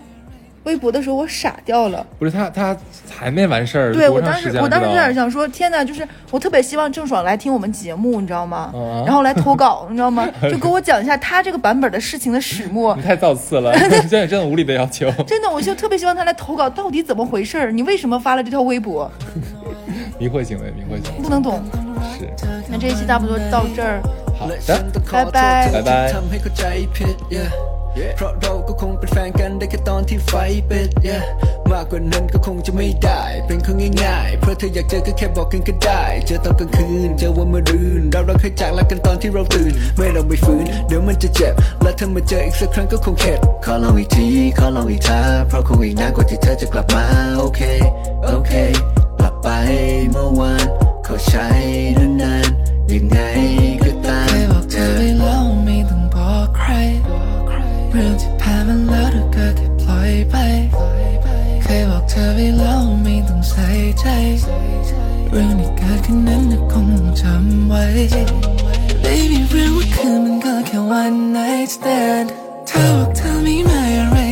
[SPEAKER 2] 微博的时候，我傻掉了。
[SPEAKER 1] 不是他他还没完事儿，
[SPEAKER 2] 对
[SPEAKER 1] 多
[SPEAKER 2] 我
[SPEAKER 1] 长
[SPEAKER 2] 当时
[SPEAKER 1] 时，间
[SPEAKER 2] 我当时
[SPEAKER 1] 了
[SPEAKER 2] 有点想说，天哪！就是我特别希望郑爽来听我们节目，你知道吗？
[SPEAKER 1] 嗯啊
[SPEAKER 2] 然后来投稿，你知道 吗？就给我讲一下她这个版本的事情的始末
[SPEAKER 1] 你。太造次 了，这也真的无理的要求。
[SPEAKER 2] 真的，我就特别希望她来投稿，到底怎么回事儿？你为什么发了这条微博？
[SPEAKER 1] 迷惑行为，迷惑行为
[SPEAKER 2] 不能懂。
[SPEAKER 1] 是。
[SPEAKER 2] 那这一期差不多到这儿。
[SPEAKER 1] 好的
[SPEAKER 3] และฉันต้องขอ
[SPEAKER 2] บ๊ายบาย
[SPEAKER 3] โทษ
[SPEAKER 1] บ๊ายบาย
[SPEAKER 3] ที่ทำให้เข้าใจผิด yeah เพราะเราก็คงเป็นแฟนกันได้แค่ตอนที่ไฟปิด yeah มากกว่านั้นก็คงจะไม่ได้ เป็นคนง่ายๆ เพราะเธออยากเจอก็แค่บอกกันก็ได้ เจอตอนกลางคืน เจอวันมะรืน เราเราเคยจากลากันตอนที่เราตื่น เมื่อเราไม่ฟื้น เดี๋ยวมันจะเจ็บ และเธอมาเจออีกสักครั้งก็คงเข็ด ขอลองอีกที ขอลองอีกทาเพราะคงอีกนานกว่าที่เธอจะกลับมา โอเค โอเค กลับไปเมื่อวานขอใช้นานๆยังไงก็ตา
[SPEAKER 4] เคย
[SPEAKER 3] ม
[SPEAKER 4] บอกเธอไปแล้วไม่ต้องบอกใคร เรื่องที่ผ่านมาแล้วเธอก็แค่ปล่อยไป เคยบอกเธอไปแล้วไม่ต้องใส่ใจ เรื่องที่เกิดขึ้นนั้นเธอคงต้องจำไว้ Baby เรื่องว่าคืนมันก็แค่ one night stand เธอบอกเธอไม่มาอะไร